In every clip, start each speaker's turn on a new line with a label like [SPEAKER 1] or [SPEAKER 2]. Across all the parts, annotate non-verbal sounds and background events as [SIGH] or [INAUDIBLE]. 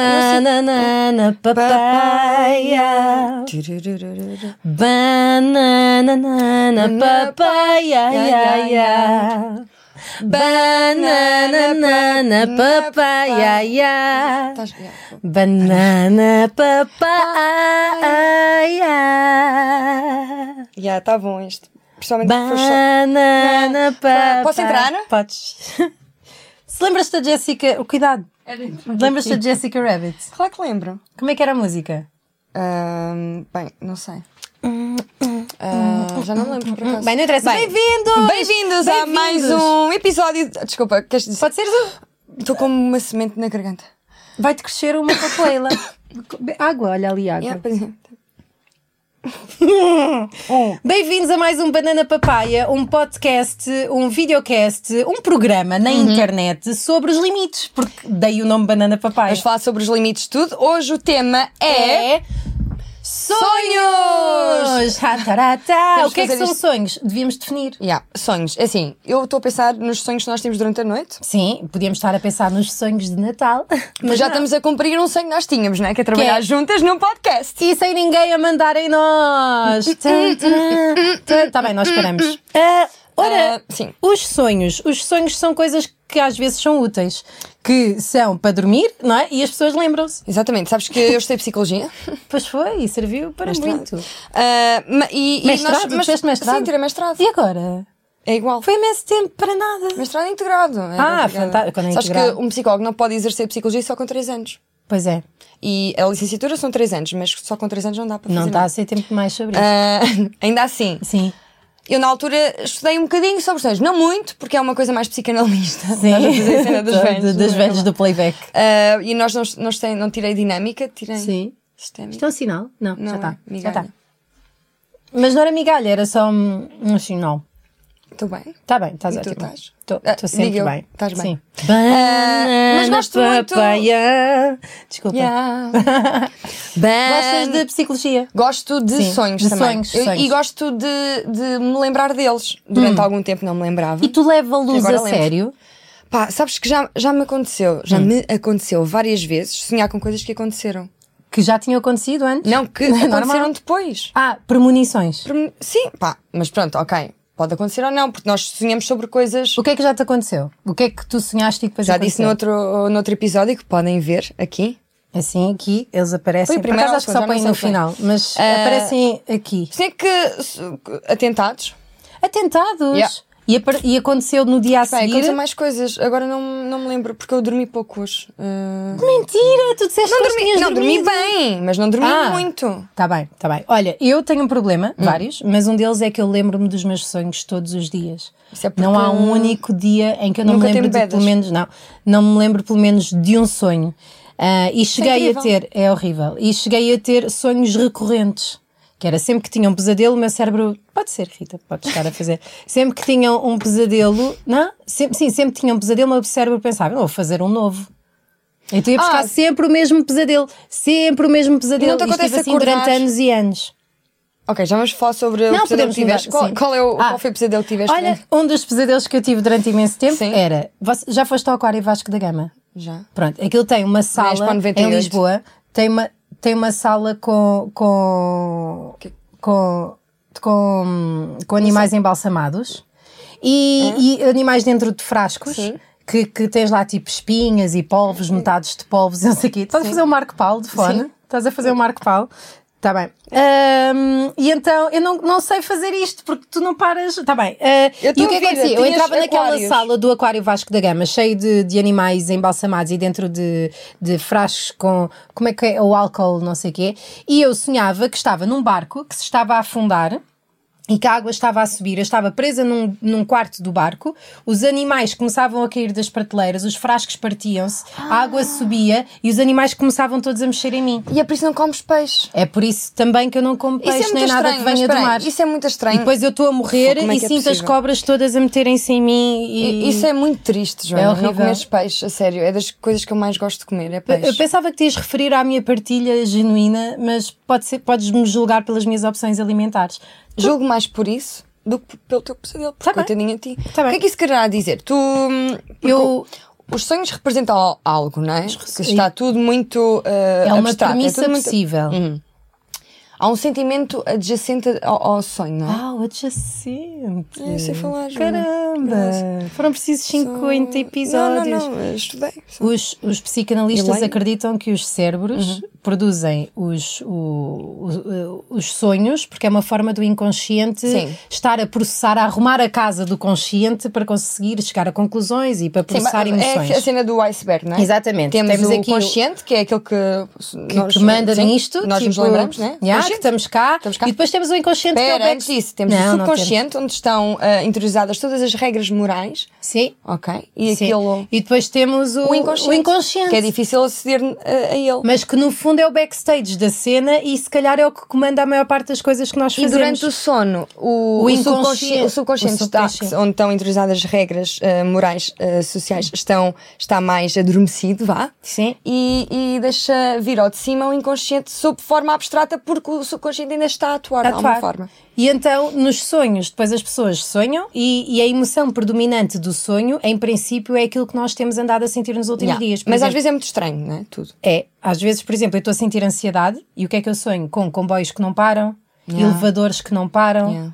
[SPEAKER 1] Banana, papaya. Banana, papaya. Banana, papaya.
[SPEAKER 2] Estás- yeah, pô.
[SPEAKER 1] Banana, papaya.
[SPEAKER 2] Yeah, tá bom este. Principalmente porque foi só-
[SPEAKER 1] Banana, papaya.
[SPEAKER 2] Posso entrar, né?
[SPEAKER 1] Podes. [LAUGHS] Se lembras-te da Jessica. Cuidado!
[SPEAKER 2] É
[SPEAKER 1] Lembras-te da Jessica Rabbit?
[SPEAKER 2] Claro que lembro.
[SPEAKER 1] Como é que era a música?
[SPEAKER 2] Ahm, bem, não sei. Ah, já não me lembro por acaso.
[SPEAKER 1] Bem, não interessa. Bem-vindos!
[SPEAKER 2] Bem-vindos a
[SPEAKER 1] Bem-vindos!
[SPEAKER 2] mais um episódio. de- Desculpa, queres dizer?
[SPEAKER 1] Pode ser tu.
[SPEAKER 2] Estou com uma semente na garganta.
[SPEAKER 1] Vai-te crescer uma [LAUGHS] papoeila. água, olha ali água.
[SPEAKER 2] Yeah, [LAUGHS] pois é.
[SPEAKER 1] Bem-vindos a mais um Banana Papaya, um podcast, um videocast, um programa na internet sobre os limites, porque dei o nome Banana Papaya.
[SPEAKER 2] Vamos falar sobre os limites de tudo. Hoje o tema é.
[SPEAKER 1] Sonhos! Tá, tá, tá.
[SPEAKER 2] Temos
[SPEAKER 1] O que é
[SPEAKER 2] que
[SPEAKER 1] que
[SPEAKER 2] fazer
[SPEAKER 1] são
[SPEAKER 2] isto.
[SPEAKER 1] sonhos? Devíamos definir.
[SPEAKER 2] Yeah, sonhos. É assim, eu estou a pensar nos sonhos que nós temos durante a noite.
[SPEAKER 1] Sim, podíamos estar a pensar nos sonhos de [LAUGHS] Natal.
[SPEAKER 2] Mas já
[SPEAKER 1] não.
[SPEAKER 2] estamos a cumprir um sonho que nós tínhamos, não é? Que é trabalhar juntas num podcast.
[SPEAKER 1] E sem ninguém a mandar em [LAUGHS] nós.
[SPEAKER 2] Tá
[SPEAKER 1] Está bem, nós paramos. Ah, ora,
[SPEAKER 2] Ah, sim.
[SPEAKER 1] os sonhos. Os sonhos são coisas que às vezes são úteis. Que são para dormir, não é? E as pessoas lembram-se.
[SPEAKER 2] Exatamente, sabes que eu estudei psicologia.
[SPEAKER 1] Pois foi, e serviu para
[SPEAKER 2] Mestrado.
[SPEAKER 1] muito.
[SPEAKER 2] Ah, ma- e, e
[SPEAKER 1] Mestrado?
[SPEAKER 2] nós,
[SPEAKER 1] Fizeste mestrado?
[SPEAKER 2] Sim, tirei mestrado.
[SPEAKER 1] E agora?
[SPEAKER 2] É igual.
[SPEAKER 1] Foi imenso tempo para nada.
[SPEAKER 2] Mestrado integrado. Era
[SPEAKER 1] Ah,
[SPEAKER 2] obrigada.
[SPEAKER 1] fantástico, quando é
[SPEAKER 2] Sabes
[SPEAKER 1] integrado.
[SPEAKER 2] que um psicólogo não pode exercer psicologia só com 3 anos.
[SPEAKER 1] Pois é,
[SPEAKER 2] E a licenciatura são 3 anos, mas só com 3 anos não dá para fazer.
[SPEAKER 1] não está
[SPEAKER 2] nada.
[SPEAKER 1] a ser tempo mais sobre isso.
[SPEAKER 2] Ah, [LAUGHS] ainda assim,
[SPEAKER 1] Sim.
[SPEAKER 2] eu na altura estudei um bocadinho sobre os sonhos. Não muito, porque é uma coisa mais psicanalista.
[SPEAKER 1] Sim.
[SPEAKER 2] Nós vamos fazer a
[SPEAKER 1] [LAUGHS]
[SPEAKER 2] cena dos
[SPEAKER 1] das
[SPEAKER 2] velhos. não é?
[SPEAKER 1] velhas do playback.
[SPEAKER 2] Ah, e nós não, não, tem- não tirei dinâmica, tirei
[SPEAKER 1] Sim. Isto
[SPEAKER 2] sistémica.
[SPEAKER 1] é um sinal? Não,
[SPEAKER 2] Não
[SPEAKER 1] já
[SPEAKER 2] é,
[SPEAKER 1] está. Já
[SPEAKER 2] migalha.
[SPEAKER 1] está. Mas não era migalha, era só um, um sinal.
[SPEAKER 2] Estou Tá bem.
[SPEAKER 1] Está bem, estás
[SPEAKER 2] E tu
[SPEAKER 1] ótimo.
[SPEAKER 2] estás? Ah,
[SPEAKER 1] Estou sempre
[SPEAKER 2] digo eu,
[SPEAKER 1] bem.
[SPEAKER 2] estás bem.
[SPEAKER 1] Sim. Banana,
[SPEAKER 2] mas gosto muito-
[SPEAKER 1] papaya. Desculpa. [LAUGHS]
[SPEAKER 2] Yeah.
[SPEAKER 1] Gostas de psicologia?
[SPEAKER 2] Gosto de
[SPEAKER 1] Sim,
[SPEAKER 2] sonhos
[SPEAKER 1] de
[SPEAKER 2] também.
[SPEAKER 1] sonhos,
[SPEAKER 2] Eu-
[SPEAKER 1] sonhos. Hum.
[SPEAKER 2] E gosto de, de me lembrar deles. Durante algum tempo não me lembrava.
[SPEAKER 1] E tu leva a luz
[SPEAKER 2] Agora
[SPEAKER 1] a
[SPEAKER 2] lembro.
[SPEAKER 1] sério?
[SPEAKER 2] Pá, sabes que já, já me aconteceu,
[SPEAKER 1] Hum.
[SPEAKER 2] já me aconteceu várias vezes sonhar com coisas que aconteceram.
[SPEAKER 1] Que já tinha acontecido antes?
[SPEAKER 2] Não,
[SPEAKER 1] [LAUGHS]
[SPEAKER 2] que
[SPEAKER 1] É Normal.
[SPEAKER 2] aconteceram depois.
[SPEAKER 1] Ah, premonições.
[SPEAKER 2] Prem- Sim, pá, mas pronto, ok. Pode acontecer ou não, porque nós sonhamos sobre coisas.
[SPEAKER 1] O que é que já te aconteceu? O que é que tu sonhaste e depois
[SPEAKER 2] Já disse
[SPEAKER 1] aconteceu?
[SPEAKER 2] noutro, noutro episódio que podem ver aqui.
[SPEAKER 1] Assim, aqui, eles aparecem.
[SPEAKER 2] Foi o
[SPEAKER 1] Por
[SPEAKER 2] primeiro
[SPEAKER 1] acaso acho que
[SPEAKER 2] ou
[SPEAKER 1] só
[SPEAKER 2] o Ah. segundo,
[SPEAKER 1] põem
[SPEAKER 2] já
[SPEAKER 1] no
[SPEAKER 2] não sei
[SPEAKER 1] final, mas aparecem aqui.
[SPEAKER 2] Sonhei que. su- que- atentados.
[SPEAKER 1] Atentados!
[SPEAKER 2] Yeah.
[SPEAKER 1] E, apar- e aconteceu no dia a
[SPEAKER 2] Bem,
[SPEAKER 1] seguir.
[SPEAKER 2] aconteceu mais coisas. Agora não, não me lembro, porque eu dormi pouco hoje. Ah,
[SPEAKER 1] Mentira, tu disseste
[SPEAKER 2] não
[SPEAKER 1] é que hoje
[SPEAKER 2] dormi,
[SPEAKER 1] tinhas
[SPEAKER 2] não dormi
[SPEAKER 1] dormido.
[SPEAKER 2] bem, mas não dormi
[SPEAKER 1] Ah.
[SPEAKER 2] muito.
[SPEAKER 1] Tá bem, tá bem. Olha, eu tenho um problema, vários, mas um deles é que eu lembro-me dos meus sonhos todos os dias.
[SPEAKER 2] Isso é porque
[SPEAKER 1] Não há um único dia em que eu não me
[SPEAKER 2] nunca
[SPEAKER 1] lembro
[SPEAKER 2] tenho
[SPEAKER 1] de, pelo menos,
[SPEAKER 2] bedas.
[SPEAKER 1] não, não me lembro pelo menos de um sonho. Ah, e cheguei a
[SPEAKER 2] incrível.
[SPEAKER 1] ter, é horrível, e cheguei a ter sonhos recorrentes. Que era sempre que tinha um pesadelo, o meu cérebro. Pode ser, Rita, pode estar a
[SPEAKER 2] [LAUGHS]
[SPEAKER 1] fazer. sempre que tinha um pesadelo, não? Sempre, sim, sempre que tinha um pesadelo, o meu cérebro pensava, não, vou fazer um novo. Então ia buscar
[SPEAKER 2] Ah.
[SPEAKER 1] sempre o mesmo pesadelo, sempre o mesmo pesadelo.
[SPEAKER 2] não te
[SPEAKER 1] E estive
[SPEAKER 2] acontece
[SPEAKER 1] assim
[SPEAKER 2] acordar?
[SPEAKER 1] durante anos e anos.
[SPEAKER 2] Ok, já vamos falar sobre o pesadelo que
[SPEAKER 1] mudar,
[SPEAKER 2] tiveste. Qual,
[SPEAKER 1] sim.
[SPEAKER 2] qual é o,
[SPEAKER 1] Ah,
[SPEAKER 2] qual foi o pesadelo que tiveste?
[SPEAKER 1] Olha,
[SPEAKER 2] né?
[SPEAKER 1] um dos pesadelos que eu tive durante imenso tempo
[SPEAKER 2] Sim.
[SPEAKER 1] era. você- já foste ao Aquário Vasco da Gama?
[SPEAKER 2] Já.
[SPEAKER 1] Pronto, é aquilo tem uma
[SPEAKER 2] Expo
[SPEAKER 1] sala em
[SPEAKER 2] 98.
[SPEAKER 1] Lisboa, tem uma, tem uma sala com. com.
[SPEAKER 2] Que-
[SPEAKER 1] com, com, com animais embalsamados e, e animais dentro de frascos.
[SPEAKER 2] Ah. Sim.
[SPEAKER 1] Que, que tens lá tipo espinhas e polvos, metades de polvos, [LAUGHS] não sei o quê. Estás a fazer um Marco Paulo de fone? Estás a fazer um Marco Paulo? Está bem.
[SPEAKER 2] É.
[SPEAKER 1] Ahm, e então, eu não, não sei fazer isto porque tu não paras. Está bem. Ah,
[SPEAKER 2] Eu
[SPEAKER 1] e
[SPEAKER 2] estou
[SPEAKER 1] o que
[SPEAKER 2] a
[SPEAKER 1] é que
[SPEAKER 2] ouvir,
[SPEAKER 1] acontecia? Eu
[SPEAKER 2] tinhas
[SPEAKER 1] entrava naquela
[SPEAKER 2] aquários.
[SPEAKER 1] sala do Aquário Vasco da Gama, cheio de, de animais embalsamados e dentro de, de frascos com. Como é que é? O álcool, não sei o quê. E eu sonhava que estava num barco que se estava a afundar. E que a água estava a subir, eu estava presa num, num quarto do barco, os animais começavam a cair das prateleiras, os frascos partiam-se, a água subia e os animais começavam todos a mexer em mim.
[SPEAKER 2] E é por isso que não comes peixe.
[SPEAKER 1] É por isso também que eu não como peixe
[SPEAKER 2] isso é muito
[SPEAKER 1] nem nada
[SPEAKER 2] estranho.
[SPEAKER 1] que
[SPEAKER 2] mas
[SPEAKER 1] venha do
[SPEAKER 2] espera aí,
[SPEAKER 1] mar.
[SPEAKER 2] Isso é muito
[SPEAKER 1] E
[SPEAKER 2] estranho.
[SPEAKER 1] depois eu estou a morrer
[SPEAKER 2] Como é
[SPEAKER 1] e
[SPEAKER 2] que é
[SPEAKER 1] sinto as
[SPEAKER 2] possível?
[SPEAKER 1] cobras todas a meterem-se em mim e...
[SPEAKER 2] I- Isso é muito triste, Joana.
[SPEAKER 1] É horrível.
[SPEAKER 2] não comeres peixe, a sério. É das coisas que eu mais gosto de comer, é
[SPEAKER 1] Eu
[SPEAKER 2] peixe.
[SPEAKER 1] pensava que te ias referir à minha partilha genuína, mas pode ser, podes-me julgar pelas minhas opções alimentares.
[SPEAKER 2] Julgo mais por isso do que pelo teu pesadelo. Porque
[SPEAKER 1] Tá bem.
[SPEAKER 2] coitadinha de ti.
[SPEAKER 1] Tá
[SPEAKER 2] o
[SPEAKER 1] bem.
[SPEAKER 2] que é que isso quererá dizer? Tu. hum, porque
[SPEAKER 1] Eu-
[SPEAKER 2] o- Os sonhos representam al- algo, não é? Que está tudo muito uh,
[SPEAKER 1] É uma
[SPEAKER 2] abstrato, é
[SPEAKER 1] premissa
[SPEAKER 2] tudo muito-
[SPEAKER 1] possível.
[SPEAKER 2] Há um sentimento adjacente ao, ao sonho, não é? Eh,
[SPEAKER 1] Uau, adjacente.
[SPEAKER 2] Eu sei falar, Joana.
[SPEAKER 1] Caramba! Foram precisos 50 episódios.
[SPEAKER 2] Não, não, não, eu estudei.
[SPEAKER 1] Os, os psicanalistas
[SPEAKER 2] Elaine? Uhum.
[SPEAKER 1] acreditam que os cérebros produzem os, o- o- eh, os sonhos, porque é uma forma do inconsciente
[SPEAKER 2] Sim.
[SPEAKER 1] estar a processar, a arrumar a casa do consciente para conseguir chegar a conclusões e para processar
[SPEAKER 2] Sim, mas
[SPEAKER 1] emoções.
[SPEAKER 2] É a cena do iceberg, não é?
[SPEAKER 1] Exatamente.
[SPEAKER 2] Temos,
[SPEAKER 1] Temos
[SPEAKER 2] o
[SPEAKER 1] aqui o-
[SPEAKER 2] consciente, que é aquele que,
[SPEAKER 1] que, que manda
[SPEAKER 2] sim,
[SPEAKER 1] nisto.
[SPEAKER 2] Nós nos
[SPEAKER 1] tipo,
[SPEAKER 2] lembramos, né?
[SPEAKER 1] yeah, que
[SPEAKER 2] Consciente.
[SPEAKER 1] estamos cá,
[SPEAKER 2] Estamos cá.
[SPEAKER 1] E depois temos o inconsciente que é o
[SPEAKER 2] Espera,
[SPEAKER 1] back-
[SPEAKER 2] antes disso, temos
[SPEAKER 1] Não,
[SPEAKER 2] o
[SPEAKER 1] não temos.
[SPEAKER 2] subconsciente, onde estão ah, interiorizadas todas as regras morais,
[SPEAKER 1] Sim.
[SPEAKER 2] ok? E
[SPEAKER 1] sim.
[SPEAKER 2] aquilo,
[SPEAKER 1] E depois temos o,
[SPEAKER 2] o inconsciente,
[SPEAKER 1] o inconsciente.
[SPEAKER 2] que é difícil aceder ah, a ele.
[SPEAKER 1] mas que no fundo é o backstage da cena e se calhar é o que comanda a maior parte das coisas que nós
[SPEAKER 2] E
[SPEAKER 1] fazemos.
[SPEAKER 2] durante o sono, o,
[SPEAKER 1] O
[SPEAKER 2] o,
[SPEAKER 1] inconsci-
[SPEAKER 2] subconsci- o subconsciente,
[SPEAKER 1] o
[SPEAKER 2] está-
[SPEAKER 1] subconsciente.
[SPEAKER 2] onde estão interiorizadas as regras ah, morais, ah, sociais, estão, está mais adormecido, vá.
[SPEAKER 1] Sim.
[SPEAKER 2] E, e deixa vir ao de cima o inconsciente sob forma abstrata, porque o subconsciente ainda está a atuar, de alguma
[SPEAKER 1] atuar.
[SPEAKER 2] forma.
[SPEAKER 1] E então, nos sonhos, depois as pessoas sonham e, e a emoção predominante do sonho, em princípio, é aquilo que nós temos andado a sentir nos últimos
[SPEAKER 2] Yeah.
[SPEAKER 1] dias. Por
[SPEAKER 2] Mas às
[SPEAKER 1] exemplo,
[SPEAKER 2] vezes é muito estranho, não é? Tudo.
[SPEAKER 1] É, às vezes, por exemplo, eu estou a sentir ansiedade e o que é que eu sonho? Com comboios que não param, elevadores que não param,
[SPEAKER 2] Yeah.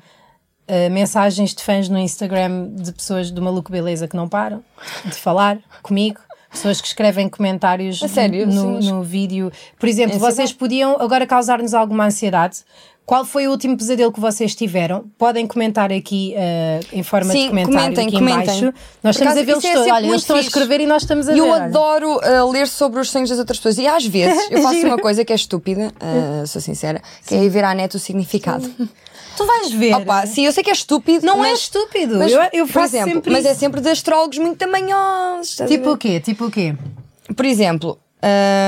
[SPEAKER 1] eh, mensagens de fãs no Instagram de pessoas do Maluco Beleza que não param de falar comigo. Pessoas que escrevem comentários
[SPEAKER 2] A sério?
[SPEAKER 1] no,
[SPEAKER 2] Sim, mas-
[SPEAKER 1] no vídeo. Por exemplo,
[SPEAKER 2] Ansiedade.
[SPEAKER 1] vocês podiam agora causar-nos alguma ansiedade. Qual foi o último pesadelo que vocês tiveram? Podem comentar aqui eh, em forma
[SPEAKER 2] Sim,
[SPEAKER 1] de comentário
[SPEAKER 2] comentem,
[SPEAKER 1] aqui
[SPEAKER 2] comentem.
[SPEAKER 1] em baixo. Nós
[SPEAKER 2] Por
[SPEAKER 1] estamos
[SPEAKER 2] acaso,
[SPEAKER 1] a vê-los
[SPEAKER 2] isso é
[SPEAKER 1] todos.
[SPEAKER 2] sempre
[SPEAKER 1] Olha, eles
[SPEAKER 2] muito
[SPEAKER 1] estão a
[SPEAKER 2] fixe.
[SPEAKER 1] escrever e nós estamos a
[SPEAKER 2] E
[SPEAKER 1] ver.
[SPEAKER 2] eu
[SPEAKER 1] olha.
[SPEAKER 2] adoro uh, ler sobre os sonhos das outras pessoas. E
[SPEAKER 1] [LAUGHS]
[SPEAKER 2] às vezes eu faço
[SPEAKER 1] Giro.
[SPEAKER 2] uma coisa que é estúpida, uh, sou sincera, que é ir ver à net o significado.
[SPEAKER 1] Tu vais ver.
[SPEAKER 2] Opa, sim, eu sei que é estúpido.
[SPEAKER 1] Não é
[SPEAKER 2] mas-
[SPEAKER 1] estúpido.
[SPEAKER 2] mas,
[SPEAKER 1] eu, eu
[SPEAKER 2] por
[SPEAKER 1] faço
[SPEAKER 2] exemplo,
[SPEAKER 1] sempre
[SPEAKER 2] Mas
[SPEAKER 1] isso.
[SPEAKER 2] é sempre de astrólogos muito tamanhosos. estás a
[SPEAKER 1] Tipo
[SPEAKER 2] ver?
[SPEAKER 1] o quê? Tipo o quê?
[SPEAKER 2] Por exemplo,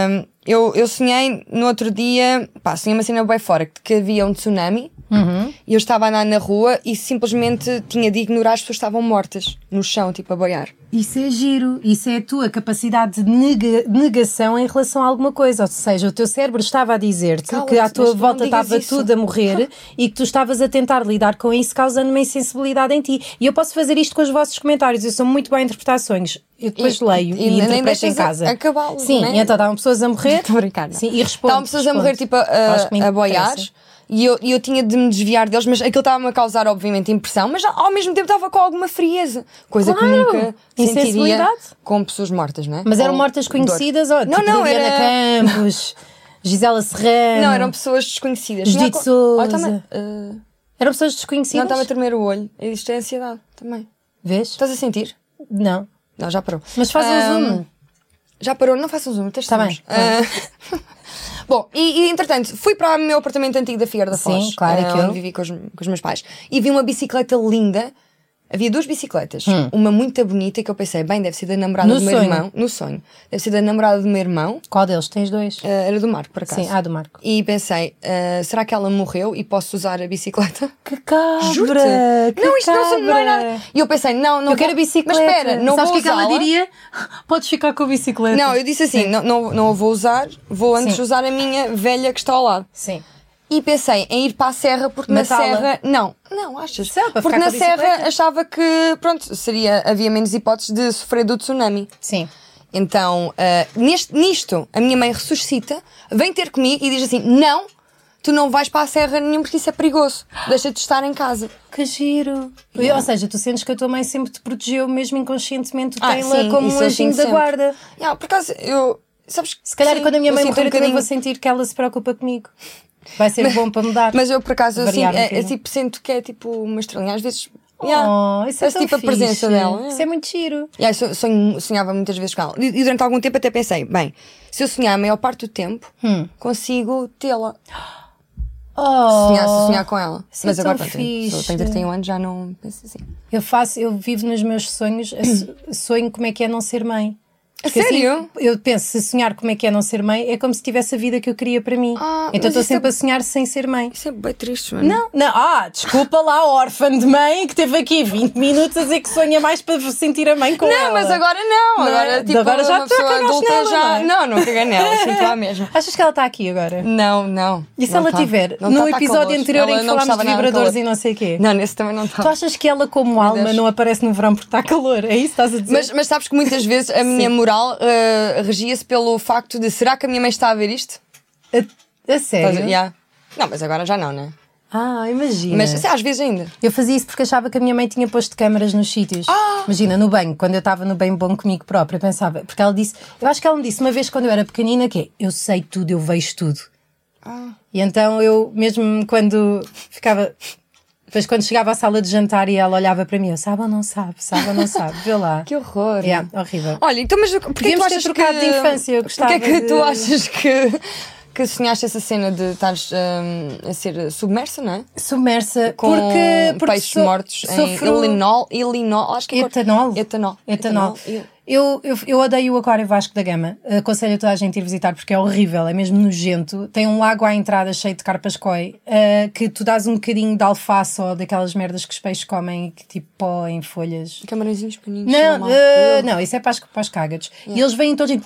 [SPEAKER 2] hum, eu, eu sonhei no outro dia, pá, sonhei uma cena bem fora, que, que havia um tsunami
[SPEAKER 1] Uhum.
[SPEAKER 2] e eu estava a andar na rua e simplesmente tinha de ignorar as pessoas que estavam mortas no chão, tipo a boiar.
[SPEAKER 1] Isso é giro, isso é a tua capacidade de nega- negação em relação a alguma coisa. Ou seja, o teu cérebro estava a dizer-te
[SPEAKER 2] Cala-te,
[SPEAKER 1] que à tua
[SPEAKER 2] mas não
[SPEAKER 1] volta
[SPEAKER 2] digas
[SPEAKER 1] estava
[SPEAKER 2] isso.
[SPEAKER 1] tudo a
[SPEAKER 2] [LAUGHS]
[SPEAKER 1] morrer e que tu estavas a tentar lidar com isso, causando uma insensibilidade em ti. E eu posso fazer isto com os vossos comentários, eu sou muito bem a interpretar sonhos. Eu depois
[SPEAKER 2] E-
[SPEAKER 1] leio
[SPEAKER 2] e
[SPEAKER 1] e,
[SPEAKER 2] nem
[SPEAKER 1] interpreto em
[SPEAKER 2] deixas a-
[SPEAKER 1] casa.
[SPEAKER 2] acabá-los,
[SPEAKER 1] Sim,
[SPEAKER 2] né?
[SPEAKER 1] e então estavam pessoas a
[SPEAKER 2] [LAUGHS]
[SPEAKER 1] morrer.
[SPEAKER 2] Estou a brincar, não.
[SPEAKER 1] Sim, e respondo.
[SPEAKER 2] Estavam pessoas a morrer,
[SPEAKER 1] respondo.
[SPEAKER 2] tipo, a,
[SPEAKER 1] Acho que me
[SPEAKER 2] a, boiar.
[SPEAKER 1] interessa.
[SPEAKER 2] E eu, e eu tinha de me desviar deles, mas aquilo estava-me a causar, obviamente, impressão, mas ao mesmo tempo estava com alguma frieza. Coisa
[SPEAKER 1] Claro!
[SPEAKER 2] que nunca sentiria
[SPEAKER 1] Insensibilidade.
[SPEAKER 2] com pessoas mortas, não é?
[SPEAKER 1] Mas eram
[SPEAKER 2] Ou
[SPEAKER 1] mortas
[SPEAKER 2] dor.
[SPEAKER 1] conhecidas? Ou,
[SPEAKER 2] não,
[SPEAKER 1] tipo
[SPEAKER 2] não,
[SPEAKER 1] Liliana
[SPEAKER 2] era... [LAUGHS]
[SPEAKER 1] Campos, Gisela Serrano.
[SPEAKER 2] Não, eram pessoas desconhecidas.
[SPEAKER 1] Judite
[SPEAKER 2] Não é co-
[SPEAKER 1] Souza.
[SPEAKER 2] Olha, toma- eh,
[SPEAKER 1] Eram pessoas
[SPEAKER 2] não
[SPEAKER 1] desconhecidas.
[SPEAKER 2] estava a tremer o olho. Isto é ansiedade também.
[SPEAKER 1] Vês?
[SPEAKER 2] Estás a sentir?
[SPEAKER 1] Não.
[SPEAKER 2] Não, já parou.
[SPEAKER 1] Mas faz um zoom.
[SPEAKER 2] Já parou? Não façam zoom, tens
[SPEAKER 1] Tá bem,
[SPEAKER 2] sons. Ah, [LAUGHS] Bom, e, e, entretanto, fui para o meu apartamento antigo da Figueira da
[SPEAKER 1] Sim,
[SPEAKER 2] Foz,
[SPEAKER 1] claro, é
[SPEAKER 2] ah,
[SPEAKER 1] aquilo.
[SPEAKER 2] onde vivi com os, com os meus pais, e vi uma bicicleta linda. Havia duas bicicletas, uma muito bonita que eu pensei, bem, deve ser da namorada
[SPEAKER 1] Hum. No
[SPEAKER 2] do meu
[SPEAKER 1] sonho.
[SPEAKER 2] irmão, no sonho, deve ser da namorada do meu irmão,
[SPEAKER 1] Qual deles? Tens dois?
[SPEAKER 2] ah, era do Marco, por acaso.
[SPEAKER 1] Sim, ah. há do Marco.
[SPEAKER 2] E pensei, ah, será que ela morreu e posso usar a bicicleta?
[SPEAKER 1] Que cabra!
[SPEAKER 2] Juro-te. Não, isto não, se- não é nada. E eu pensei, não, não.
[SPEAKER 1] Eu quero a
[SPEAKER 2] vou-
[SPEAKER 1] bicicleta.
[SPEAKER 2] Mas espera, não
[SPEAKER 1] Sabes o
[SPEAKER 2] vou
[SPEAKER 1] que é que ela
[SPEAKER 2] usá-la.
[SPEAKER 1] diria? [LAUGHS] Podes ficar com a bicicleta.
[SPEAKER 2] Não, eu disse assim, não, não, não a vou usar, vou antes
[SPEAKER 1] Sim.
[SPEAKER 2] usar a minha velha que está ao lado.
[SPEAKER 1] Sim.
[SPEAKER 2] E pensei em ir para a serra, porque
[SPEAKER 1] Matá-la.
[SPEAKER 2] na serra. Não, não, achas?
[SPEAKER 1] Sei lá, para
[SPEAKER 2] porque
[SPEAKER 1] ficar
[SPEAKER 2] na
[SPEAKER 1] com a bicicleta.
[SPEAKER 2] serra achava que, pronto, seria, havia menos hipóteses de sofrer do tsunami.
[SPEAKER 1] Sim.
[SPEAKER 2] Então, ah, neste, nisto, a minha mãe ressuscita, vem ter comigo e diz assim: não, tu não vais para a serra nenhuma porque isso é perigoso, deixa-te estar em casa.
[SPEAKER 1] Que giro. Ou seja, tu sentes que a tua mãe sempre te protegeu, mesmo inconscientemente, tu
[SPEAKER 2] Ah,
[SPEAKER 1] tens-la
[SPEAKER 2] sim,
[SPEAKER 1] como
[SPEAKER 2] isso
[SPEAKER 1] um
[SPEAKER 2] eu
[SPEAKER 1] anjinho
[SPEAKER 2] sinto
[SPEAKER 1] da
[SPEAKER 2] sempre.
[SPEAKER 1] guarda.
[SPEAKER 2] Ah, por acaso, eu. Sabes que-
[SPEAKER 1] Se calhar
[SPEAKER 2] sim,
[SPEAKER 1] quando a minha
[SPEAKER 2] eu
[SPEAKER 1] mãe
[SPEAKER 2] sinto um
[SPEAKER 1] morrer, eu também vou
[SPEAKER 2] bocadinho-
[SPEAKER 1] sentir que ela se preocupa comigo. Vai ser bom para mudar.
[SPEAKER 2] Mas eu por acaso eu sinto,
[SPEAKER 1] Variar um
[SPEAKER 2] é- eu,
[SPEAKER 1] bocadinho.
[SPEAKER 2] tipo, sinto que é tipo uma estrelinha. Às vezes.
[SPEAKER 1] Oh,
[SPEAKER 2] yeah,
[SPEAKER 1] isso é
[SPEAKER 2] esse
[SPEAKER 1] tão
[SPEAKER 2] tipo a
[SPEAKER 1] fixe.
[SPEAKER 2] presença dela.
[SPEAKER 1] Isso é muito giro.
[SPEAKER 2] Yeah, so- sonho- sonhava muitas vezes com ela. E, e durante algum tempo até pensei, bem, se eu sonhar a maior parte do tempo, consigo tê-la.
[SPEAKER 1] Hum. Oh.
[SPEAKER 2] Sonhar, se sonhar com ela.
[SPEAKER 1] isso é
[SPEAKER 2] Mas agora
[SPEAKER 1] tão
[SPEAKER 2] pronto, tenho, sou-
[SPEAKER 1] fixe.
[SPEAKER 2] tenho 31 anos, já não penso assim.
[SPEAKER 1] Eu faço, eu vivo nos meus sonhos, a so- sonho como é que é não ser mãe.
[SPEAKER 2] A
[SPEAKER 1] Porque assim,
[SPEAKER 2] sério?
[SPEAKER 1] eu penso, se sonhar como é que é não ser mãe, é como se tivesse a vida que eu queria para mim.
[SPEAKER 2] Ah, mas
[SPEAKER 1] então estou
[SPEAKER 2] isso
[SPEAKER 1] sempre
[SPEAKER 2] é-
[SPEAKER 1] a sonhar sem ser mãe.
[SPEAKER 2] Isso é bem triste, mano.
[SPEAKER 1] Não, não, ah, desculpa lá, órfã de mãe que teve aqui 20 minutos a dizer que sonha mais para sentir a mãe com ela.
[SPEAKER 2] Não, mas agora não.
[SPEAKER 1] Não é?
[SPEAKER 2] Agora,
[SPEAKER 1] De
[SPEAKER 2] tipo,
[SPEAKER 1] agora já
[SPEAKER 2] uma
[SPEAKER 1] tu
[SPEAKER 2] pessoa
[SPEAKER 1] cagaste
[SPEAKER 2] adulta
[SPEAKER 1] nela,
[SPEAKER 2] já.
[SPEAKER 1] não é?
[SPEAKER 2] Não, não caguei nela, sinto lá mesmo.
[SPEAKER 1] Achas que ela está aqui agora?
[SPEAKER 2] Não, não.
[SPEAKER 1] E se
[SPEAKER 2] Não
[SPEAKER 1] ela
[SPEAKER 2] tá.
[SPEAKER 1] tiver
[SPEAKER 2] Não
[SPEAKER 1] no
[SPEAKER 2] tá, tá
[SPEAKER 1] episódio
[SPEAKER 2] connosco.
[SPEAKER 1] anterior em
[SPEAKER 2] Ela
[SPEAKER 1] que
[SPEAKER 2] não
[SPEAKER 1] falámos
[SPEAKER 2] gostava
[SPEAKER 1] de
[SPEAKER 2] nada
[SPEAKER 1] vibradores e
[SPEAKER 2] connosco.
[SPEAKER 1] não sei o quê?
[SPEAKER 2] Não, nesse também não tá.
[SPEAKER 1] Tu
[SPEAKER 2] estava.
[SPEAKER 1] achas que ela, como alma,
[SPEAKER 2] Deus.
[SPEAKER 1] não aparece no verão porque está calor? É isso que estás a dizer?
[SPEAKER 2] Mas, mas sabes que muitas vezes a minha moral eh, regia-se pelo facto de será que a minha mãe está a ver isto?
[SPEAKER 1] a, a sério?
[SPEAKER 2] Estás a- Yeah. Não, mas agora já não, né?
[SPEAKER 1] Ah, imagina.
[SPEAKER 2] Mas sei, às vezes ainda.
[SPEAKER 1] Eu fazia isso porque achava que a minha mãe tinha posto câmaras nos sítios.
[SPEAKER 2] Ah!
[SPEAKER 1] Imagina, no banho, quando eu estava no bem bom comigo própria, eu pensava, porque ela disse, eu acho que ela me disse uma vez quando eu era pequenina que é, eu sei tudo, eu vejo tudo. E então eu, mesmo quando ficava. Depois, quando chegava à sala de jantar e ela olhava para mim, eu sabe ou não sabe, sabe ou não sabe, vê lá.
[SPEAKER 2] [LAUGHS] Que horror.
[SPEAKER 1] Yeah, horrível.
[SPEAKER 2] Olha, então, mas porquê que
[SPEAKER 1] Podíamos
[SPEAKER 2] tu
[SPEAKER 1] ter
[SPEAKER 2] achas
[SPEAKER 1] trocado
[SPEAKER 2] que...
[SPEAKER 1] de infância, eu
[SPEAKER 2] Porquê é
[SPEAKER 1] gostava
[SPEAKER 2] que
[SPEAKER 1] de-
[SPEAKER 2] tu achas que, que sonhaste essa cena de estares hum, a ser submersa, não é?
[SPEAKER 1] Submersa
[SPEAKER 2] Com
[SPEAKER 1] porque, porque
[SPEAKER 2] peixes
[SPEAKER 1] so-
[SPEAKER 2] mortos
[SPEAKER 1] sofro-
[SPEAKER 2] em ilinol, ilinol, acho que é cor-
[SPEAKER 1] Etanol?
[SPEAKER 2] Etanol.
[SPEAKER 1] Etanol.
[SPEAKER 2] Il-
[SPEAKER 1] Eu, eu, eu odeio o Aquário Vasco da Gama. Aconselho a toda a gente a ir visitar porque é horrível, é mesmo nojento. Tem um lago à entrada cheio de carpas koi ah, que tu dás um bocadinho de alface ou daquelas merdas que os peixes comem e que tipo pó em folhas.
[SPEAKER 2] Camarõezinhos pequeninos.
[SPEAKER 1] Não,
[SPEAKER 2] sei lá.
[SPEAKER 1] ah, não, isso é para, os- para os cágados. E eles vêm todos e.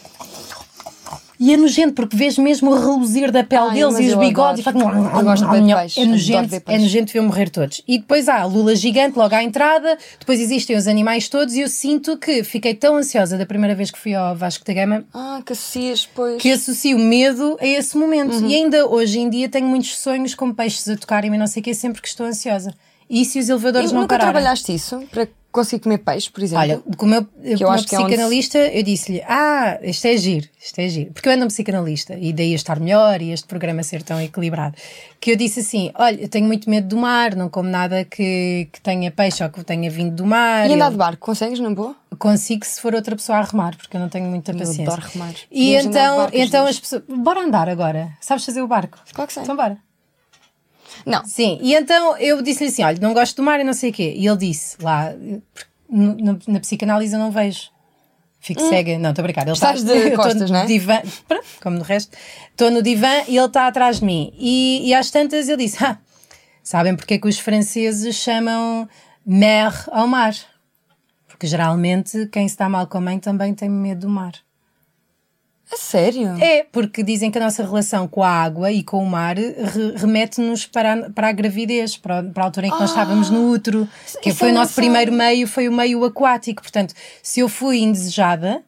[SPEAKER 1] E é nojento porque vês mesmo o reluzir da pele
[SPEAKER 2] Ai,
[SPEAKER 1] deles
[SPEAKER 2] mas
[SPEAKER 1] e os
[SPEAKER 2] eu
[SPEAKER 1] bigodes e
[SPEAKER 2] adoro.
[SPEAKER 1] fazem. um-
[SPEAKER 2] Eu gosto de ver peixe,
[SPEAKER 1] É
[SPEAKER 2] adoro
[SPEAKER 1] nojento,
[SPEAKER 2] ver
[SPEAKER 1] é
[SPEAKER 2] peixe.
[SPEAKER 1] nojento ver morrer todos. E depois há a lula gigante logo à entrada, depois existem os animais todos e eu sinto que fiquei tão ansiosa da primeira vez que fui ao Vasco da Gama
[SPEAKER 2] Ah, que associas, pois.
[SPEAKER 1] que associo medo a esse momento.
[SPEAKER 2] Uhum.
[SPEAKER 1] E ainda hoje em dia tenho muitos sonhos com peixes a tocarem-me e não sei o que, sempre que estou ansiosa. E se os elevadores
[SPEAKER 2] E
[SPEAKER 1] não
[SPEAKER 2] nunca
[SPEAKER 1] pararem?
[SPEAKER 2] trabalhaste isso para conseguir comer peixe, por exemplo?
[SPEAKER 1] Olha, com o meu, com o meu
[SPEAKER 2] acho que é onde se-
[SPEAKER 1] psicanalista, eu disse-lhe: Ah, isto é giro, isto é giro. Porque eu ando um psicanalista e daí a estar melhor e este programa ser tão equilibrado. Que eu disse assim: Olha, eu tenho muito medo do mar, não como nada que, que tenha peixe ou que tenha vindo do mar.
[SPEAKER 2] e andar de
[SPEAKER 1] Eu
[SPEAKER 2] barco, consegues, não é boa?
[SPEAKER 1] Consigo se for outra pessoa a remar, porque eu não tenho muita paciência.
[SPEAKER 2] adoro remar.
[SPEAKER 1] E
[SPEAKER 2] Mas andar de
[SPEAKER 1] então,
[SPEAKER 2] barco,
[SPEAKER 1] então
[SPEAKER 2] Jesus.
[SPEAKER 1] as pessoas. Bora andar agora. Sabes fazer o barco?
[SPEAKER 2] Claro que sei.
[SPEAKER 1] Então bora.
[SPEAKER 2] Não.
[SPEAKER 1] Sim, e então eu disse-lhe assim: olha, não gosto do mar e não sei o quê. E ele disse lá, porque no- na, na psicanálise eu não vejo. Fico cega, não, estou a brincar. Ele
[SPEAKER 2] Hum. Estás
[SPEAKER 1] tá-
[SPEAKER 2] de
[SPEAKER 1] eu [LAUGHS] tô
[SPEAKER 2] costas,
[SPEAKER 1] no
[SPEAKER 2] não é?
[SPEAKER 1] divã, pronto, como no resto. Estou no divã e ele está atrás de mim. E, e às tantas ele disse: ah, sabem porque é que os franceses chamam mer ao mar? Porque geralmente quem se dá mal com a mãe também tem medo do mar.
[SPEAKER 2] A sério?
[SPEAKER 1] É, porque dizem que a nossa relação com a água e com o mar re- remete-nos para, a- para a gravidez, para, a- para a altura em que nós estávamos no útero, que
[SPEAKER 2] Ah, isso
[SPEAKER 1] foi
[SPEAKER 2] eu
[SPEAKER 1] o
[SPEAKER 2] não
[SPEAKER 1] nosso
[SPEAKER 2] sei.
[SPEAKER 1] primeiro meio, foi o meio aquático. Portanto, se eu fui indesejada.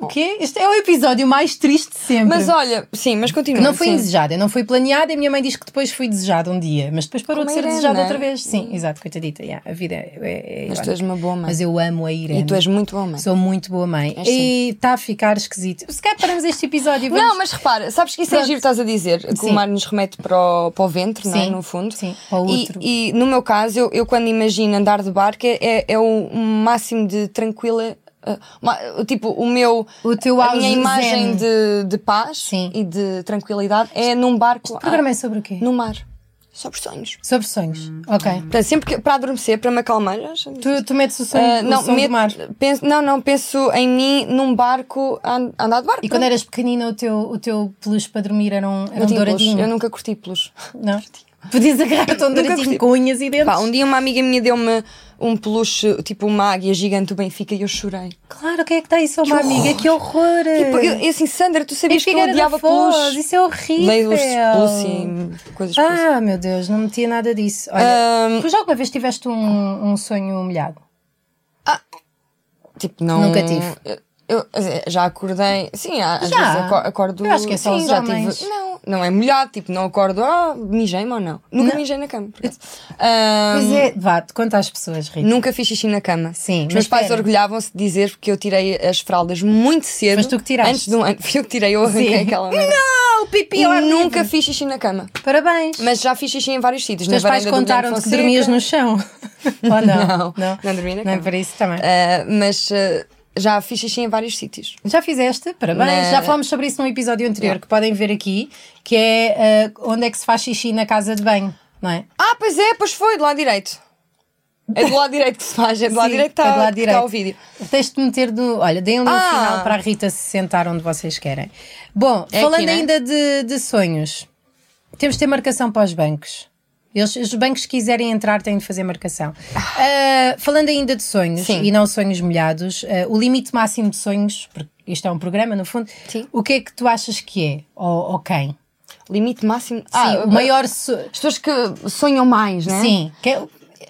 [SPEAKER 1] O quê? Este é o episódio mais triste de sempre.
[SPEAKER 2] Mas olha, sim, mas continua.
[SPEAKER 1] não fui
[SPEAKER 2] sim.
[SPEAKER 1] indesejada, eu não fui planeada e a minha mãe diz que depois fui desejada um dia, mas depois parou
[SPEAKER 2] Como
[SPEAKER 1] de
[SPEAKER 2] a
[SPEAKER 1] ser
[SPEAKER 2] Irene,
[SPEAKER 1] desejada
[SPEAKER 2] não é?
[SPEAKER 1] outra vez. Sim, exato, coitadita, yeah, a vida é. é- é
[SPEAKER 2] Mas tu
[SPEAKER 1] irónica.
[SPEAKER 2] és uma boa mãe.
[SPEAKER 1] Mas eu amo a Irene.
[SPEAKER 2] E tu és muito homem.
[SPEAKER 1] Sou muito boa mãe.
[SPEAKER 2] És
[SPEAKER 1] e está a ficar esquisito. Se calhar paramos este episódio e vamos
[SPEAKER 2] Não, mas repara, sabes que isso é
[SPEAKER 1] Pronto.
[SPEAKER 2] giro, estás a dizer, que
[SPEAKER 1] Sim.
[SPEAKER 2] o mar nos remete para o, para o ventre, não é?
[SPEAKER 1] Sim.
[SPEAKER 2] No fundo.
[SPEAKER 1] Sim, para o
[SPEAKER 2] E-
[SPEAKER 1] útero.
[SPEAKER 2] E, no meu caso, eu, eu quando imagino andar de barco, é, é o máximo de tranquila. ah, ma- tipo, o meu.
[SPEAKER 1] O teu
[SPEAKER 2] a
[SPEAKER 1] auge
[SPEAKER 2] minha
[SPEAKER 1] zen.
[SPEAKER 2] imagem de, de paz
[SPEAKER 1] Sim.
[SPEAKER 2] e de tranquilidade é num barco.
[SPEAKER 1] O programa
[SPEAKER 2] ah,
[SPEAKER 1] é sobre o quê? Hum.
[SPEAKER 2] No mar. Sobre sonhos.
[SPEAKER 1] Sobre sonhos. Ok.
[SPEAKER 2] Portanto, sempre que. Para adormecer, para me acalmar. eu acho-
[SPEAKER 1] Tu, tu metes o sonho,
[SPEAKER 2] Ah,
[SPEAKER 1] o som
[SPEAKER 2] meto-
[SPEAKER 1] do mar.
[SPEAKER 2] Penso, não, não, penso em mim num barco a an- a andar de barco.
[SPEAKER 1] E quando é eras pequenina, o teu, o teu peluche para dormir era um, era
[SPEAKER 2] eu,
[SPEAKER 1] um
[SPEAKER 2] tinha pelos. eu
[SPEAKER 1] douradinho.
[SPEAKER 2] nunca curti pelos.
[SPEAKER 1] Não. Podias agarrar-te a um
[SPEAKER 2] Nunca
[SPEAKER 1] douradinho
[SPEAKER 2] gostei.
[SPEAKER 1] com unhas e dentes.
[SPEAKER 2] Pá, um dia uma amiga minha deu-me um peluche, tipo uma águia gigante do Benfica e eu chorei.
[SPEAKER 1] Claro, quem é que está isso a uma amiga? Que horror!
[SPEAKER 2] Tipo, eu, eu assim, Sandra, tu
[SPEAKER 1] Em
[SPEAKER 2] sabias que eu
[SPEAKER 1] Figueira É da
[SPEAKER 2] odiava
[SPEAKER 1] Foz,
[SPEAKER 2] peluche?
[SPEAKER 1] isso é horrível!
[SPEAKER 2] Leio os peluche e coisas peluche.
[SPEAKER 1] Ah, meu Deus, não metia nada disso. Olha, tu já alguma vez tiveste um, um sonho humilhado?
[SPEAKER 2] Tipo, não...
[SPEAKER 1] Nunca tive.
[SPEAKER 2] Eu, eu, quer dizer, já acordei... Sim, há- às
[SPEAKER 1] Já?
[SPEAKER 2] vezes aco- acordo...
[SPEAKER 1] Eu acho que é só
[SPEAKER 2] sim,
[SPEAKER 1] os
[SPEAKER 2] já
[SPEAKER 1] homens.
[SPEAKER 2] tive... Não, não é molhado, tipo, não acordo, ah, mijei-me ou não. Nunca mijei na cama. por acaso. Ahm,
[SPEAKER 1] Pois é, vá, te conta às pessoas, Rita.
[SPEAKER 2] Nunca fiz xixi na cama.
[SPEAKER 1] Sim,
[SPEAKER 2] Os
[SPEAKER 1] mas
[SPEAKER 2] meus pais
[SPEAKER 1] espera.
[SPEAKER 2] orgulhavam-se de dizer porque eu tirei as fraldas muito cedo.
[SPEAKER 1] Mas tu que tiraste.
[SPEAKER 2] Antes de um [LAUGHS] ano. Fui eu que tirei, eu arranquei
[SPEAKER 1] Sim.
[SPEAKER 2] aquela. merda.
[SPEAKER 1] Não, pipi, é
[SPEAKER 2] E
[SPEAKER 1] ao ar
[SPEAKER 2] nunca
[SPEAKER 1] livre.
[SPEAKER 2] fiz xixi na cama.
[SPEAKER 1] Parabéns!
[SPEAKER 2] Mas já fiz xixi em vários sítios.
[SPEAKER 1] Os teus
[SPEAKER 2] na
[SPEAKER 1] pais
[SPEAKER 2] varanda do
[SPEAKER 1] contaram-te
[SPEAKER 2] Guilherme
[SPEAKER 1] que
[SPEAKER 2] Fonseca.
[SPEAKER 1] dormias no chão?
[SPEAKER 2] [LAUGHS]
[SPEAKER 1] Ou não?
[SPEAKER 2] Não, não dormi na
[SPEAKER 1] Não é
[SPEAKER 2] cama.
[SPEAKER 1] para isso também.
[SPEAKER 2] Ah, mas ah, já fiz xixi em vários sítios.
[SPEAKER 1] Já fizeste? Parabéns.
[SPEAKER 2] Na-
[SPEAKER 1] Já falámos sobre isso num episódio anterior, que podem ver aqui, que eh, é ah, onde é que se faz xixi na casa de banho, não é?
[SPEAKER 2] Ah, pois é, pois foi, do lado direito. É do lado direito que se faz, é do lado
[SPEAKER 1] Sim,
[SPEAKER 2] direito que
[SPEAKER 1] é do
[SPEAKER 2] está
[SPEAKER 1] lado
[SPEAKER 2] que tá o
[SPEAKER 1] direito.
[SPEAKER 2] vídeo.
[SPEAKER 1] Tens de meter do. Olha, deem ali
[SPEAKER 2] Ah!
[SPEAKER 1] um final para a Rita se sentar onde vocês querem. Bom,
[SPEAKER 2] É aqui,
[SPEAKER 1] falando
[SPEAKER 2] né?
[SPEAKER 1] ainda de, de sonhos, temos de ter marcação para os bancos. Eles, os bancos que quiserem entrar têm de fazer marcação. Ah, falando ainda de sonhos,
[SPEAKER 2] Sim.
[SPEAKER 1] e não sonhos molhados, ah, o limite máximo de sonhos, porque isto é um programa no fundo,
[SPEAKER 2] Sim.
[SPEAKER 1] o que é que tu achas que é? Ou, ou quem?
[SPEAKER 2] Limite máximo.
[SPEAKER 1] Sim, o maior. so-
[SPEAKER 2] As pessoas que sonham mais, né?
[SPEAKER 1] Sim, que- é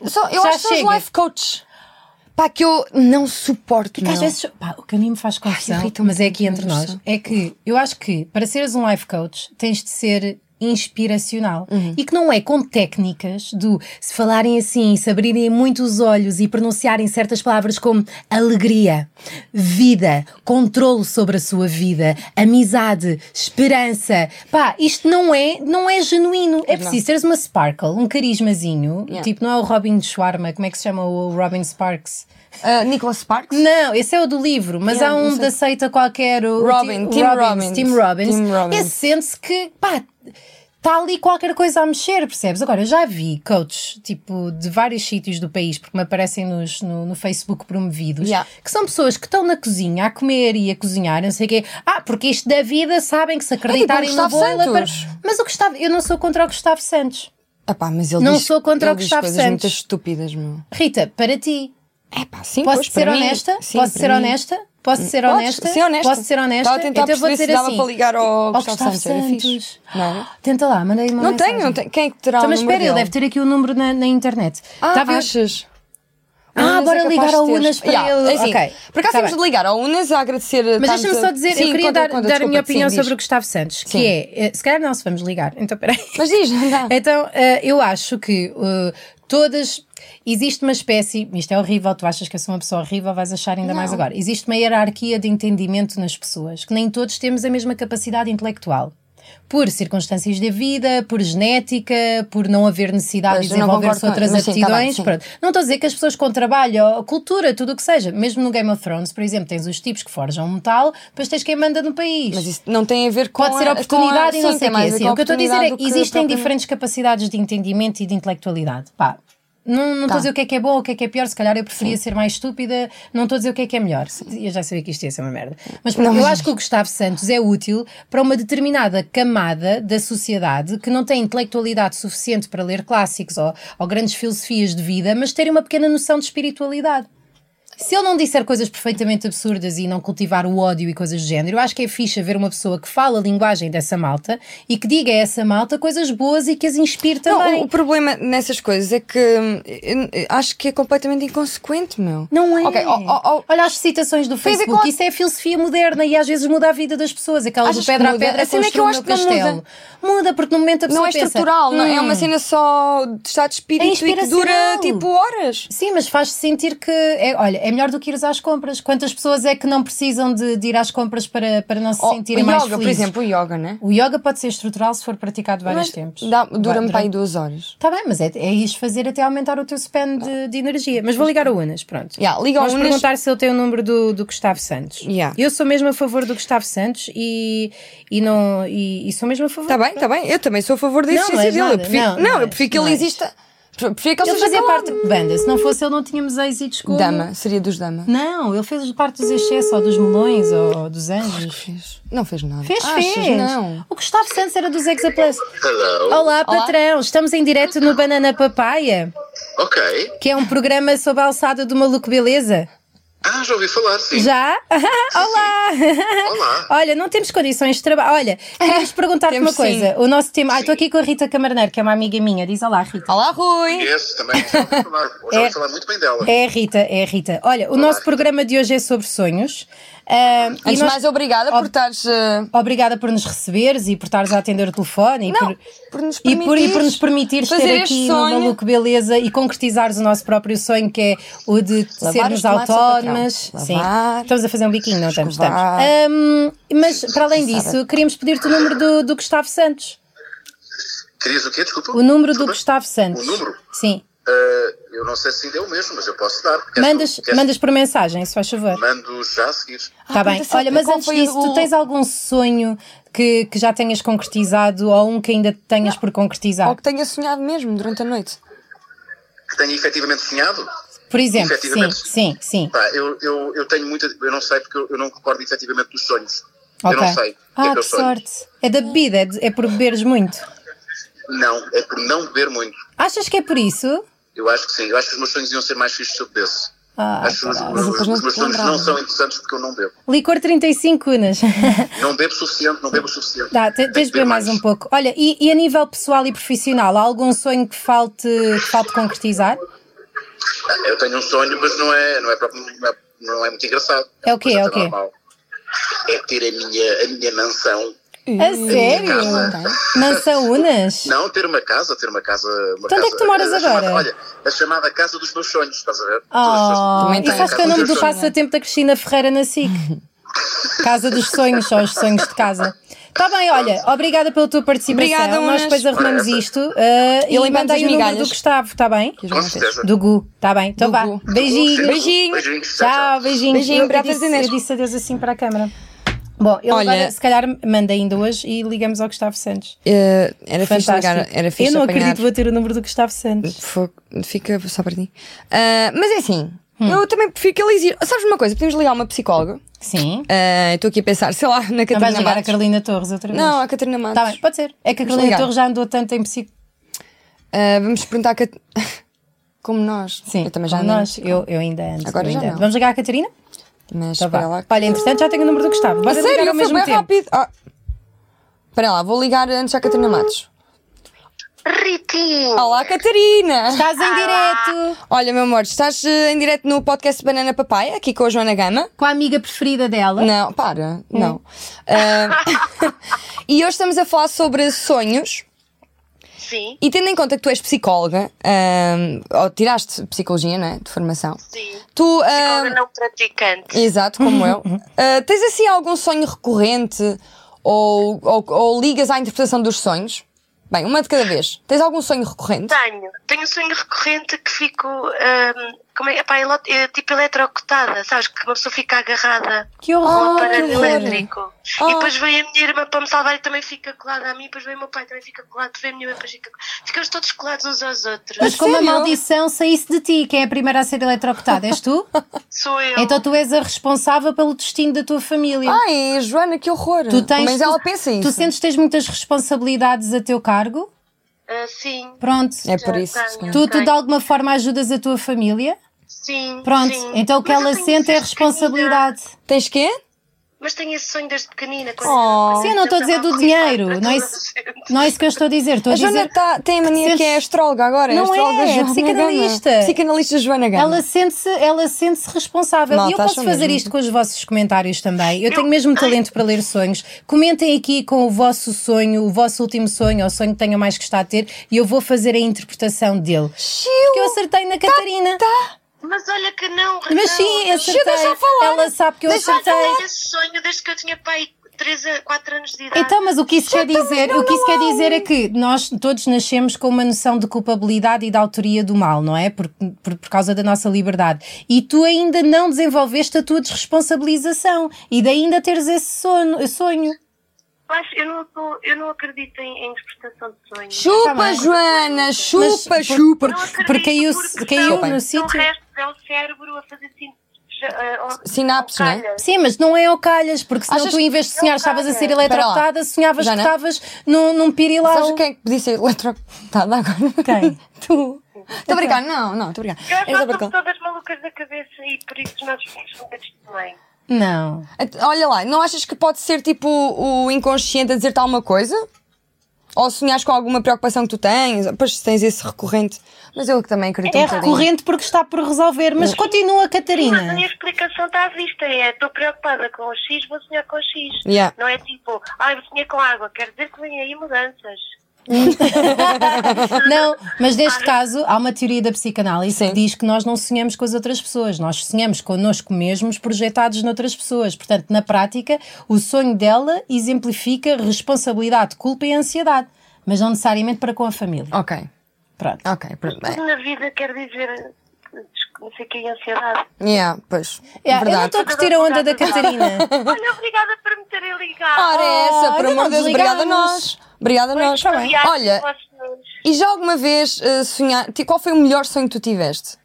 [SPEAKER 2] Só, eu
[SPEAKER 1] Já
[SPEAKER 2] acho que são
[SPEAKER 1] chega.
[SPEAKER 2] os life coaches. Pá, que eu não suporto,
[SPEAKER 1] Que às
[SPEAKER 2] meu.
[SPEAKER 1] vezes, pá, o que a mim me faz confusão,
[SPEAKER 2] Ai, irrita-me
[SPEAKER 1] mas é aqui
[SPEAKER 2] muito,
[SPEAKER 1] entre
[SPEAKER 2] meu
[SPEAKER 1] nós,
[SPEAKER 2] Deus.
[SPEAKER 1] é que eu acho que para seres um life coach tens de ser inspiracional
[SPEAKER 2] Uhum.
[SPEAKER 1] e que não é com técnicas do se falarem assim, se abrirem muito os olhos e pronunciarem certas palavras como alegria, vida, controlo sobre a sua vida, amizade, esperança. Pá, isto não é, não é genuíno. É preciso teres uma sparkle, um carismazinho,
[SPEAKER 2] Yeah.
[SPEAKER 1] tipo não é o Robin Schwarma, como é que se chama o Robin Sparks?
[SPEAKER 2] Ah, Nicholas Sparks?
[SPEAKER 1] Não, esse é o do livro, mas
[SPEAKER 2] Yeah,
[SPEAKER 1] há
[SPEAKER 2] não
[SPEAKER 1] um
[SPEAKER 2] sei.
[SPEAKER 1] da seita qualquer. O
[SPEAKER 2] Robin,
[SPEAKER 1] Ti-
[SPEAKER 2] Tim
[SPEAKER 1] Robbins,
[SPEAKER 2] Robbins.
[SPEAKER 1] Tim Robbins.
[SPEAKER 2] Tim Robbins.
[SPEAKER 1] Esse sente-se que, pá, está ali qualquer coisa a mexer, percebes? Agora, eu já vi coaches, tipo, de vários sítios do país, porque me aparecem nos, no, no Facebook promovidos,
[SPEAKER 2] Yeah.
[SPEAKER 1] que são pessoas que estão na cozinha a comer e a cozinhar, não sei o quê. Ah, porque isto da vida sabem que se acreditarem no
[SPEAKER 2] tipo Gustavo
[SPEAKER 1] bolo... é para-
[SPEAKER 2] Santos.
[SPEAKER 1] Mas o Gustavo, eu não sou contra o Gustavo Santos.
[SPEAKER 2] Ah, pá, mas ele
[SPEAKER 1] Não
[SPEAKER 2] diz,
[SPEAKER 1] sou contra
[SPEAKER 2] ele
[SPEAKER 1] o
[SPEAKER 2] diz
[SPEAKER 1] Gustavo
[SPEAKER 2] coisas muito
[SPEAKER 1] Santos.
[SPEAKER 2] estúpidas, meu.
[SPEAKER 1] Rita, para ti,
[SPEAKER 2] É pá, sim,
[SPEAKER 1] Posso
[SPEAKER 2] pois,
[SPEAKER 1] ser
[SPEAKER 2] para mim.
[SPEAKER 1] honesta?
[SPEAKER 2] Sim,
[SPEAKER 1] Posso
[SPEAKER 2] para
[SPEAKER 1] ser
[SPEAKER 2] mim.
[SPEAKER 1] honesta? Posso ser
[SPEAKER 2] Podes
[SPEAKER 1] honesta?
[SPEAKER 2] ser honesta.
[SPEAKER 1] Posso ser honesta?
[SPEAKER 2] Estava a tentar
[SPEAKER 1] então eu vou
[SPEAKER 2] perceber se
[SPEAKER 1] dizer
[SPEAKER 2] dava
[SPEAKER 1] assim.
[SPEAKER 2] para ligar ao Gustavo Santos, era
[SPEAKER 1] Santos.
[SPEAKER 2] fixe. Não?
[SPEAKER 1] Tenta lá, mandei uma
[SPEAKER 2] Não
[SPEAKER 1] mensagem.
[SPEAKER 2] tenho, não tenho. Quem é que terá
[SPEAKER 1] Então,
[SPEAKER 2] o
[SPEAKER 1] mas
[SPEAKER 2] número
[SPEAKER 1] espera, ele
[SPEAKER 2] dele?
[SPEAKER 1] deve ter aqui o número na, na internet.
[SPEAKER 2] Ah,
[SPEAKER 1] Estava eu-
[SPEAKER 2] achas? é
[SPEAKER 1] Ah, bora ligar ao Unas para ele. Ok.
[SPEAKER 2] assim, Por acaso
[SPEAKER 1] Tá
[SPEAKER 2] temos
[SPEAKER 1] bem.
[SPEAKER 2] de ligar ao Unas a agradecer.
[SPEAKER 1] Mas deixa-me só dizer, eu queria dar, dar a minha opinião sobre o Gustavo Santos,
[SPEAKER 2] Sim.
[SPEAKER 1] que é, eh, se calhar não se vamos ligar, então peraí.
[SPEAKER 2] Mas diz,
[SPEAKER 1] [LAUGHS]
[SPEAKER 2] não dá.
[SPEAKER 1] Então, eh, eu acho que eh, todas. Existe uma espécie. Isto é horrível, tu achas que eu sou uma pessoa horrível, vais achar ainda mais agora. Existe uma hierarquia de entendimento nas pessoas, que nem todos temos a mesma capacidade intelectual. Por circunstâncias da vida, por genética, por não haver necessidade
[SPEAKER 2] Pois,
[SPEAKER 1] de
[SPEAKER 2] eu não
[SPEAKER 1] desenvolver-se
[SPEAKER 2] concordo com-
[SPEAKER 1] outras
[SPEAKER 2] mas sim, tá bem,
[SPEAKER 1] aptidões.
[SPEAKER 2] sim.
[SPEAKER 1] pronto. Não estou a dizer que as pessoas com trabalho, ou cultura, tudo o que seja. Mesmo no Game of Thrones, por exemplo, tens os tipos que forjam metal, depois tens quem manda no país
[SPEAKER 2] Mas isso não tem a ver com.
[SPEAKER 1] pode ser
[SPEAKER 2] a-
[SPEAKER 1] oportunidade
[SPEAKER 2] com a-
[SPEAKER 1] e não sei
[SPEAKER 2] sim, tem
[SPEAKER 1] o
[SPEAKER 2] mais
[SPEAKER 1] quê.
[SPEAKER 2] a ver
[SPEAKER 1] Assim,
[SPEAKER 2] com
[SPEAKER 1] o que eu estou a dizer é
[SPEAKER 2] oportunidade do
[SPEAKER 1] que existem
[SPEAKER 2] propriamente-
[SPEAKER 1] diferentes capacidades de entendimento e de intelectualidade. Pá, não não estou
[SPEAKER 2] Tá.
[SPEAKER 1] a dizer o que é que é bom ou o que é que é pior, se calhar eu preferia ser mais estúpida, não estou a dizer o que é que é melhor. Eu já sabia que isto ia ser uma merda. Mas pronto, eu acho que o Gustavo Santos é útil para uma determinada camada da sociedade que não tem intelectualidade suficiente para ler clássicos ou, ou grandes filosofias de vida, mas terem uma pequena noção de espiritualidade. Se ele não disser coisas perfeitamente absurdas e não cultivar o ódio e coisas do género, eu acho que é fixe haver uma pessoa que fala a linguagem dessa malta e que diga a essa malta coisas boas e que as inspire
[SPEAKER 2] Não,
[SPEAKER 1] também.
[SPEAKER 2] o- o problema nessas coisas é que hum, eu- eu acho que é completamente inconsequente, meu.
[SPEAKER 1] Não é.
[SPEAKER 2] Ok, ó- ó- ó,
[SPEAKER 1] Olha as citações do
[SPEAKER 2] Tem a ver
[SPEAKER 1] Facebook,
[SPEAKER 2] com a-
[SPEAKER 1] isso é filosofia moderna e às vezes muda a vida das pessoas. Aquela
[SPEAKER 2] Achas
[SPEAKER 1] do
[SPEAKER 2] que
[SPEAKER 1] pedra a
[SPEAKER 2] muda?
[SPEAKER 1] pedra
[SPEAKER 2] A cena é que eu
[SPEAKER 1] construa
[SPEAKER 2] acho
[SPEAKER 1] o
[SPEAKER 2] que
[SPEAKER 1] meu
[SPEAKER 2] não
[SPEAKER 1] castelo. Muda. porque no momento a pessoa
[SPEAKER 2] não é
[SPEAKER 1] pensa,
[SPEAKER 2] estrutural, não, é
[SPEAKER 1] "Hum, É
[SPEAKER 2] uma cena só de estado de espírito e que dura
[SPEAKER 1] inspiracional.
[SPEAKER 2] tipo horas.
[SPEAKER 1] Sim, mas faz-te sentir que é, olha, é melhor do que ires às compras. Quantas pessoas é que não precisam de, de ir às compras para, para não se
[SPEAKER 2] Ó,
[SPEAKER 1] sentirem
[SPEAKER 2] o
[SPEAKER 1] mais
[SPEAKER 2] Oh, yoga, por
[SPEAKER 1] felizes?
[SPEAKER 2] exemplo, o yoga, né?
[SPEAKER 1] O yoga pode ser estrutural se for praticado vários
[SPEAKER 2] Mas
[SPEAKER 1] tempos.
[SPEAKER 2] dá- Dura-me para aí
[SPEAKER 1] Vai-
[SPEAKER 2] duas horas.
[SPEAKER 1] Tá bem, mas é, é isso fazer até aumentar o teu span de, de energia. Mas vou ligar ao Unas, pronto.
[SPEAKER 2] Yeah, liga ao
[SPEAKER 1] Vamos
[SPEAKER 2] Unas.
[SPEAKER 1] perguntar se ele tem o número do, do Gustavo Santos.
[SPEAKER 2] Yeah.
[SPEAKER 1] Eu sou mesmo a favor do Gustavo Santos e, e, não, e, e sou mesmo a favor.
[SPEAKER 2] Está Tá bem, está bem. Eu também sou a favor da
[SPEAKER 1] Não,
[SPEAKER 2] existência
[SPEAKER 1] não és
[SPEAKER 2] dele. eu
[SPEAKER 1] nada.
[SPEAKER 2] prefiro,
[SPEAKER 1] Não,
[SPEAKER 2] não,
[SPEAKER 1] não
[SPEAKER 2] eu
[SPEAKER 1] és,
[SPEAKER 2] prefiro que ele
[SPEAKER 1] não és.
[SPEAKER 2] exista. Pre- Prefiro que ele
[SPEAKER 1] Ele
[SPEAKER 2] seja
[SPEAKER 1] fazia
[SPEAKER 2] calado.
[SPEAKER 1] parte de banda. Se não fosse ele, não tínhamos êxito como...
[SPEAKER 2] Dama, seria dos dama.
[SPEAKER 1] Não, ele fez parte dos excessos ou dos melões ou dos anjos.
[SPEAKER 2] Fez. Não fez nada.
[SPEAKER 1] Fez,
[SPEAKER 2] Achas?
[SPEAKER 1] fez.
[SPEAKER 2] Não.
[SPEAKER 1] O Gustavo Santos era dos Exaplus.
[SPEAKER 3] Hello.
[SPEAKER 1] Olá, patrão. Estamos em direto no Banana Papaya.
[SPEAKER 3] Ok.
[SPEAKER 1] que é um programa sobre a alçada do Maluco Beleza.
[SPEAKER 3] Ah, já ouvi falar, sim.
[SPEAKER 1] Já? Olá!
[SPEAKER 3] Olá.
[SPEAKER 1] Olha, não temos condições de trabalho. Olha, queríamos perguntar-te uma
[SPEAKER 2] Temos sim.
[SPEAKER 1] coisa. O nosso tema. Ah, estou aqui com a Rita Camarneiro, que é uma amiga minha. Diz olá, Rita.
[SPEAKER 2] Olá, Rui.
[SPEAKER 3] Yes, também já ouvi falar. Já ouvi
[SPEAKER 1] É.
[SPEAKER 3] falar muito bem dela.
[SPEAKER 1] É a Rita, é a Rita. Olha, o nosso programa de hoje é sobre sonhos. Ah, e
[SPEAKER 2] Antes de
[SPEAKER 1] nós-
[SPEAKER 2] mais, obrigada por
[SPEAKER 1] Ob-
[SPEAKER 2] estares. eh,
[SPEAKER 1] Obrigada por nos receberes e por estares a atender o telefone e,
[SPEAKER 2] Não,
[SPEAKER 1] por,
[SPEAKER 2] por nos
[SPEAKER 1] e, por, e por nos
[SPEAKER 2] permitir
[SPEAKER 1] permitires ter aqui no Maluco Beleza e concretizares o nosso próprio sonho, que é o de
[SPEAKER 2] Lavar os
[SPEAKER 1] sermos
[SPEAKER 2] tomates ao
[SPEAKER 1] autónomas.
[SPEAKER 2] patrão.
[SPEAKER 1] Sim.
[SPEAKER 2] Lavar,
[SPEAKER 1] Estamos a fazer um biquinho, não estamos? estamos.
[SPEAKER 2] escovar.
[SPEAKER 1] Ahm, mas, para além disso, queríamos pedir-te o número do, do Gustavo Santos.
[SPEAKER 3] Querias o quê? Desculpa.
[SPEAKER 1] O número do
[SPEAKER 3] Desculpa.
[SPEAKER 1] Gustavo Santos.
[SPEAKER 3] O número?
[SPEAKER 1] Sim.
[SPEAKER 3] Eh, eu não sei se ainda é o mesmo, mas eu posso dar. Queres-
[SPEAKER 1] Mandas,
[SPEAKER 3] queres-
[SPEAKER 1] mandas por mensagem, se faz favor.
[SPEAKER 3] Mando já a seguir.
[SPEAKER 1] Está
[SPEAKER 2] Ah,
[SPEAKER 1] bem.
[SPEAKER 2] pergunta só
[SPEAKER 1] Olha, mas
[SPEAKER 2] qual
[SPEAKER 1] antes
[SPEAKER 2] foi o-
[SPEAKER 1] disso, tu tens algum sonho que, que já tenhas concretizado ou um que ainda tenhas por concretizar?
[SPEAKER 2] Ou que tenha sonhado mesmo durante a noite.
[SPEAKER 3] que tenha efetivamente sonhado?
[SPEAKER 1] Por exemplo, sim,
[SPEAKER 3] Efetivamente.
[SPEAKER 1] sim, sim.
[SPEAKER 3] Pá, eu, eu, eu tenho muita. Eu não sei porque eu, eu não recordo efetivamente dos sonhos.
[SPEAKER 1] Ok.
[SPEAKER 3] Eu não sei. o que é
[SPEAKER 1] Ah,
[SPEAKER 3] que
[SPEAKER 1] que
[SPEAKER 3] eu sonho.
[SPEAKER 1] sorte. É da bebida, é, de- é por beberes muito.
[SPEAKER 3] Não, é por não beber muito.
[SPEAKER 1] Achas que é por isso?
[SPEAKER 3] Eu acho que sim. Eu acho que os meus sonhos iam ser mais fixos se eu bebesse.
[SPEAKER 1] Ah,
[SPEAKER 3] acho que os,
[SPEAKER 1] caralho.
[SPEAKER 2] Mas
[SPEAKER 3] os,
[SPEAKER 2] depois não
[SPEAKER 3] os
[SPEAKER 2] te
[SPEAKER 3] meus sonhos
[SPEAKER 2] lembrava.
[SPEAKER 3] não são interessantes porque eu não bebo.
[SPEAKER 1] Licor 35 cunas.
[SPEAKER 3] Não bebo o suficiente, não bebo o
[SPEAKER 1] [LAUGHS]
[SPEAKER 3] suficiente.
[SPEAKER 1] Dá, te-
[SPEAKER 3] Tenho que
[SPEAKER 1] tens de beber mais um pouco. Olha, e, e a nível pessoal e profissional, há algum sonho que falte, que falte concretizar?
[SPEAKER 3] Ah, Eu tenho um sonho, mas não é, não é, próprio, não é, não é muito engraçado.
[SPEAKER 1] É o quê? É
[SPEAKER 3] Uma coisa
[SPEAKER 1] o quê?
[SPEAKER 3] normal. É ter a minha, a minha mansão.
[SPEAKER 1] A sério?
[SPEAKER 3] [LAUGHS]
[SPEAKER 1] Mansão Unas?
[SPEAKER 3] Não, ter uma casa, ter uma casa. Uma
[SPEAKER 1] Então onde é
[SPEAKER 3] casa,
[SPEAKER 1] que tu moras
[SPEAKER 3] a chamada-
[SPEAKER 1] agora?
[SPEAKER 3] olha, a chamada Casa dos Meus Sonhos, estás a ver?
[SPEAKER 1] Oh,
[SPEAKER 2] Também
[SPEAKER 1] e
[SPEAKER 2] tem a
[SPEAKER 1] sabes que é o
[SPEAKER 2] casa
[SPEAKER 1] nome
[SPEAKER 2] dos
[SPEAKER 1] do
[SPEAKER 2] sonhos.
[SPEAKER 1] passatempo da Cristina Ferreira na SIC?
[SPEAKER 3] [LAUGHS]
[SPEAKER 1] casa dos sonhos, só os sonhos de casa. Está bem, olha, obrigada pela tua participação.
[SPEAKER 2] Obrigada,
[SPEAKER 1] Nós
[SPEAKER 2] Unas.
[SPEAKER 1] depois arrumamos
[SPEAKER 3] Ora,
[SPEAKER 1] isto. uh, e
[SPEAKER 2] limpamos
[SPEAKER 1] mandei
[SPEAKER 2] as
[SPEAKER 1] o número do
[SPEAKER 2] migalhas.
[SPEAKER 1] Gustavo, está bem?
[SPEAKER 2] Que as
[SPEAKER 3] Com
[SPEAKER 2] vão ter.
[SPEAKER 3] certeza.
[SPEAKER 1] Do Gu, está bem? Então
[SPEAKER 2] Do
[SPEAKER 1] vá.
[SPEAKER 2] Gu.
[SPEAKER 1] Beijinhos.
[SPEAKER 2] Beijinho.
[SPEAKER 3] Beijinhos.
[SPEAKER 1] Tchau, beijinhos.
[SPEAKER 2] Beijinho,
[SPEAKER 1] eu, eu,
[SPEAKER 2] bravas,
[SPEAKER 1] disse,
[SPEAKER 2] Inês.
[SPEAKER 1] eu disse adeus assim para a câmara. Bom, ele
[SPEAKER 2] Olha-
[SPEAKER 1] agora, se calhar manda ainda hoje e ligamos ao Gustavo Santos.
[SPEAKER 2] Eh, era fixe
[SPEAKER 1] Fantástico.
[SPEAKER 2] ligar, era fixe
[SPEAKER 1] eu não
[SPEAKER 2] apanhar.
[SPEAKER 1] acredito vou ter o número do Gustavo Santos.
[SPEAKER 2] Fogo, Fica só para ti. Ah, mas é assim,
[SPEAKER 1] Hum.
[SPEAKER 2] eu também prefiro que ele exista. Sabes uma coisa? Podemos ligar uma psicóloga.
[SPEAKER 1] Sim.
[SPEAKER 2] Ah, eu Estou aqui a pensar, sei lá, na
[SPEAKER 1] Não vais
[SPEAKER 2] Catarina
[SPEAKER 1] ligar a
[SPEAKER 2] Matos.
[SPEAKER 1] Carolina Torres outra vez?
[SPEAKER 2] Não, a Catarina Matos.
[SPEAKER 1] Está bem, pode ser. É que a
[SPEAKER 2] Vamos
[SPEAKER 1] Carolina
[SPEAKER 2] ligar.
[SPEAKER 1] Torres já andou tanto em psico.
[SPEAKER 2] Ah, vamos perguntar a Cat... [LAUGHS] Como nós.
[SPEAKER 1] Sim,
[SPEAKER 2] eu também já
[SPEAKER 1] como
[SPEAKER 2] andei.
[SPEAKER 1] nós. Eu, eu ainda ando.
[SPEAKER 2] Agora
[SPEAKER 1] eu
[SPEAKER 2] já
[SPEAKER 1] ainda
[SPEAKER 2] não.
[SPEAKER 1] ando. Vamos ligar a Catarina?
[SPEAKER 2] Mas
[SPEAKER 1] Tá
[SPEAKER 2] espera
[SPEAKER 1] vá.
[SPEAKER 2] lá.
[SPEAKER 1] Olha, entretanto já tenho o número do Gustavo.
[SPEAKER 2] A
[SPEAKER 1] Vais ligar
[SPEAKER 2] sério,
[SPEAKER 1] ao
[SPEAKER 2] foi
[SPEAKER 1] mesmo
[SPEAKER 2] bem
[SPEAKER 1] tempo.
[SPEAKER 2] rápido. Ah. Espera lá, vou ligar antes à Catarina Matos.
[SPEAKER 4] Ritinho!
[SPEAKER 2] Olá, Catarina!
[SPEAKER 1] Estás em direto
[SPEAKER 2] Olha, meu amor, estás eh, em direto no podcast Banana Papai, aqui com a Joana Gama.
[SPEAKER 1] com a amiga preferida dela.
[SPEAKER 2] Não, para,
[SPEAKER 1] Hum.
[SPEAKER 2] não. Ah, [LAUGHS] e hoje estamos a falar sobre sonhos.
[SPEAKER 4] Sim,
[SPEAKER 2] E tendo em conta que tu és psicóloga, ah, ou tiraste psicologia, não é? De formação.
[SPEAKER 4] sim.
[SPEAKER 2] Tu. ah,
[SPEAKER 4] Agora não praticante.
[SPEAKER 2] Exato,
[SPEAKER 1] [LAUGHS]
[SPEAKER 2] como eu. Ah, tens assim algum sonho recorrente ou, ou, ou ligas à interpretação dos sonhos? Bem, uma de cada vez. Tens algum sonho recorrente?
[SPEAKER 4] Tenho. Tenho um sonho recorrente que fico. ahm, como é? Epá, elo- é tipo eletrocutada, sabes? Que uma pessoa fica agarrada
[SPEAKER 1] Que
[SPEAKER 4] a
[SPEAKER 1] horror! Oh.
[SPEAKER 4] um
[SPEAKER 2] que
[SPEAKER 4] aparelho
[SPEAKER 2] horror.
[SPEAKER 4] elétrico.
[SPEAKER 2] Ah.
[SPEAKER 4] E depois vem a minha irmã para me salvar e também fica colada a mim. Depois vem o meu pai também fica colado. Depois vem a minha mãe depois fica colada. Ficamos todos colados uns
[SPEAKER 1] Mas
[SPEAKER 4] aos outros.
[SPEAKER 1] como a
[SPEAKER 2] sério?
[SPEAKER 1] maldição saísse de ti, quem é a primeira a ser eletrocutada? És tu?
[SPEAKER 4] Sou eu.
[SPEAKER 1] Então tu és a responsável pelo destino da tua família.
[SPEAKER 2] Ai, Joana, que horror!
[SPEAKER 1] tu tens,
[SPEAKER 2] Ah, Mas
[SPEAKER 1] tu-
[SPEAKER 2] ela pensa isso.
[SPEAKER 1] Tu sentes que tens muitas responsabilidades a teu cargo?
[SPEAKER 4] Ah, sim.
[SPEAKER 1] Pronto.
[SPEAKER 2] É por
[SPEAKER 4] Já
[SPEAKER 2] isso.
[SPEAKER 4] tenho.
[SPEAKER 2] se calhar.
[SPEAKER 1] Tu, tu
[SPEAKER 4] Ok.
[SPEAKER 1] de alguma forma ajudas a tua família?
[SPEAKER 4] Sim.
[SPEAKER 1] Pronto.
[SPEAKER 4] sim.
[SPEAKER 1] Então o que
[SPEAKER 4] Mas
[SPEAKER 1] ela
[SPEAKER 4] eu tenho um
[SPEAKER 1] sente é
[SPEAKER 4] desde pequenina.
[SPEAKER 1] responsabilidade.
[SPEAKER 2] Tens quê?
[SPEAKER 4] Mas tenho esse sonho desde pequenina.
[SPEAKER 2] Oh.
[SPEAKER 1] Sim, eu não estou a dizer do dinheiro, não é isso, não é isso que eu estou a dizer. Estou a
[SPEAKER 2] A Joana
[SPEAKER 1] dizer.
[SPEAKER 2] tá, tem a mania
[SPEAKER 1] Sentes-
[SPEAKER 2] que é astróloga agora.
[SPEAKER 1] Não
[SPEAKER 2] astróloga
[SPEAKER 1] é,
[SPEAKER 2] Joana
[SPEAKER 1] psicanalista.
[SPEAKER 2] Gama. Psicanalista Joana Gama.
[SPEAKER 1] Ela sente-se ela sente responsável.
[SPEAKER 2] Malta,
[SPEAKER 1] e eu posso
[SPEAKER 2] acham
[SPEAKER 1] fazer
[SPEAKER 2] mesmo.
[SPEAKER 1] isto com os vossos comentários também. Eu tenho mesmo talento para ler sonhos. Comentem aqui com o vosso sonho, o vosso último sonho, ou o sonho que tenham mais gostado de ter, e eu vou fazer a interpretação dele. Porque eu acertei
[SPEAKER 2] Tá,
[SPEAKER 1] na Catarina.
[SPEAKER 4] Mas olha que não,
[SPEAKER 1] é- Mas
[SPEAKER 4] não.
[SPEAKER 1] sim, acertei.
[SPEAKER 2] Deixa eu falar.
[SPEAKER 1] Ela sabe que eu
[SPEAKER 2] Deixa eu
[SPEAKER 1] acertei.
[SPEAKER 4] Eu tenho esse sonho desde que eu tinha pai 3 a 4 anos de idade.
[SPEAKER 1] Então, mas o que isso quer dizer? o que isso quer dizer é que nós todos nascemos com uma noção de culpabilidade e de autoria do mal, não é? Por, por, por causa da nossa liberdade. E tu ainda não desenvolveste a tua desresponsabilização e de ainda teres esse sono, sonho.
[SPEAKER 4] Mas eu não, sou, eu não acredito em, em interpretação de sonhos.
[SPEAKER 2] Chupa,
[SPEAKER 1] Tá bem.
[SPEAKER 2] Joana!
[SPEAKER 1] Mas-
[SPEAKER 2] Chupa, chupa!
[SPEAKER 4] Não acredito
[SPEAKER 1] Porque caiu- caiu
[SPEAKER 4] são-
[SPEAKER 2] no
[SPEAKER 4] são
[SPEAKER 1] sítio.
[SPEAKER 4] restos, é o cérebro a fazer sin- já- ah, ao-
[SPEAKER 2] Sinapses, não é?
[SPEAKER 4] calhas.
[SPEAKER 1] Sim, mas não é ao calhas, porque senão
[SPEAKER 2] Achas
[SPEAKER 1] tu, em vez de sonhar,
[SPEAKER 4] ao
[SPEAKER 1] estavas a ser
[SPEAKER 4] calhas.
[SPEAKER 1] eletrocutada, sonhavas
[SPEAKER 2] Jana?
[SPEAKER 1] que estavas num, num pirilau.
[SPEAKER 2] Sabes quem é que podia ser eletrocutada agora? [LAUGHS]
[SPEAKER 1] Quem?
[SPEAKER 2] tu. Estou a brincar, não, não, estou a brincar.
[SPEAKER 4] Eu
[SPEAKER 2] É só para
[SPEAKER 4] acho que nós somos
[SPEAKER 2] cal-
[SPEAKER 4] todas malucas da cabeça e por isso nós somos um malucas também.
[SPEAKER 1] Não.
[SPEAKER 2] Olha lá, não achas que pode ser tipo o inconsciente a dizer-te alguma coisa? Ou sonhas com alguma preocupação que tu tens? Pois tens esse recorrente. Mas eu que também acredito
[SPEAKER 1] É
[SPEAKER 2] um bocadinho.
[SPEAKER 1] recorrente porque está por resolver, mas continua,
[SPEAKER 4] Mas a
[SPEAKER 2] né?
[SPEAKER 1] Catarina.
[SPEAKER 4] minha explicação está à vista, é estou preocupada com o X, vou sonhar com o X.
[SPEAKER 2] Yeah.
[SPEAKER 4] Não é tipo, ai, vou sonhar com água, quer dizer que vem aí mudanças.
[SPEAKER 1] Não, mas neste caso há uma teoria da psicanálise que
[SPEAKER 2] Sim.
[SPEAKER 1] diz que nós não sonhamos com as outras pessoas, nós sonhamos connosco mesmos projetados noutras pessoas. Portanto, na prática, o sonho dela exemplifica responsabilidade, culpa e ansiedade, mas não necessariamente para com a família.
[SPEAKER 2] Ok,
[SPEAKER 1] Pronto.
[SPEAKER 2] ok. pronto, bem.
[SPEAKER 4] Tudo na vida quer dizer não sei o que,
[SPEAKER 2] [LAUGHS]
[SPEAKER 4] é ansiedade.
[SPEAKER 2] Yeah, pois.
[SPEAKER 1] É, eu não
[SPEAKER 2] verdade.
[SPEAKER 1] estou a curtir a onda da
[SPEAKER 2] [LAUGHS]
[SPEAKER 1] Catarina.
[SPEAKER 4] Olha, obrigada por me terem ligado.
[SPEAKER 2] Ora, é essa,
[SPEAKER 1] Ah,
[SPEAKER 2] por
[SPEAKER 1] ainda
[SPEAKER 2] amor
[SPEAKER 1] não
[SPEAKER 2] de Deus, obrigada a
[SPEAKER 1] desligámos.
[SPEAKER 2] nós. Obrigada a nós.
[SPEAKER 1] está bem.
[SPEAKER 4] Obrigada
[SPEAKER 2] Olha,
[SPEAKER 4] a vocês.
[SPEAKER 2] E já alguma vez eh, sonhar. ti- Qual foi o melhor sonho que tu tiveste?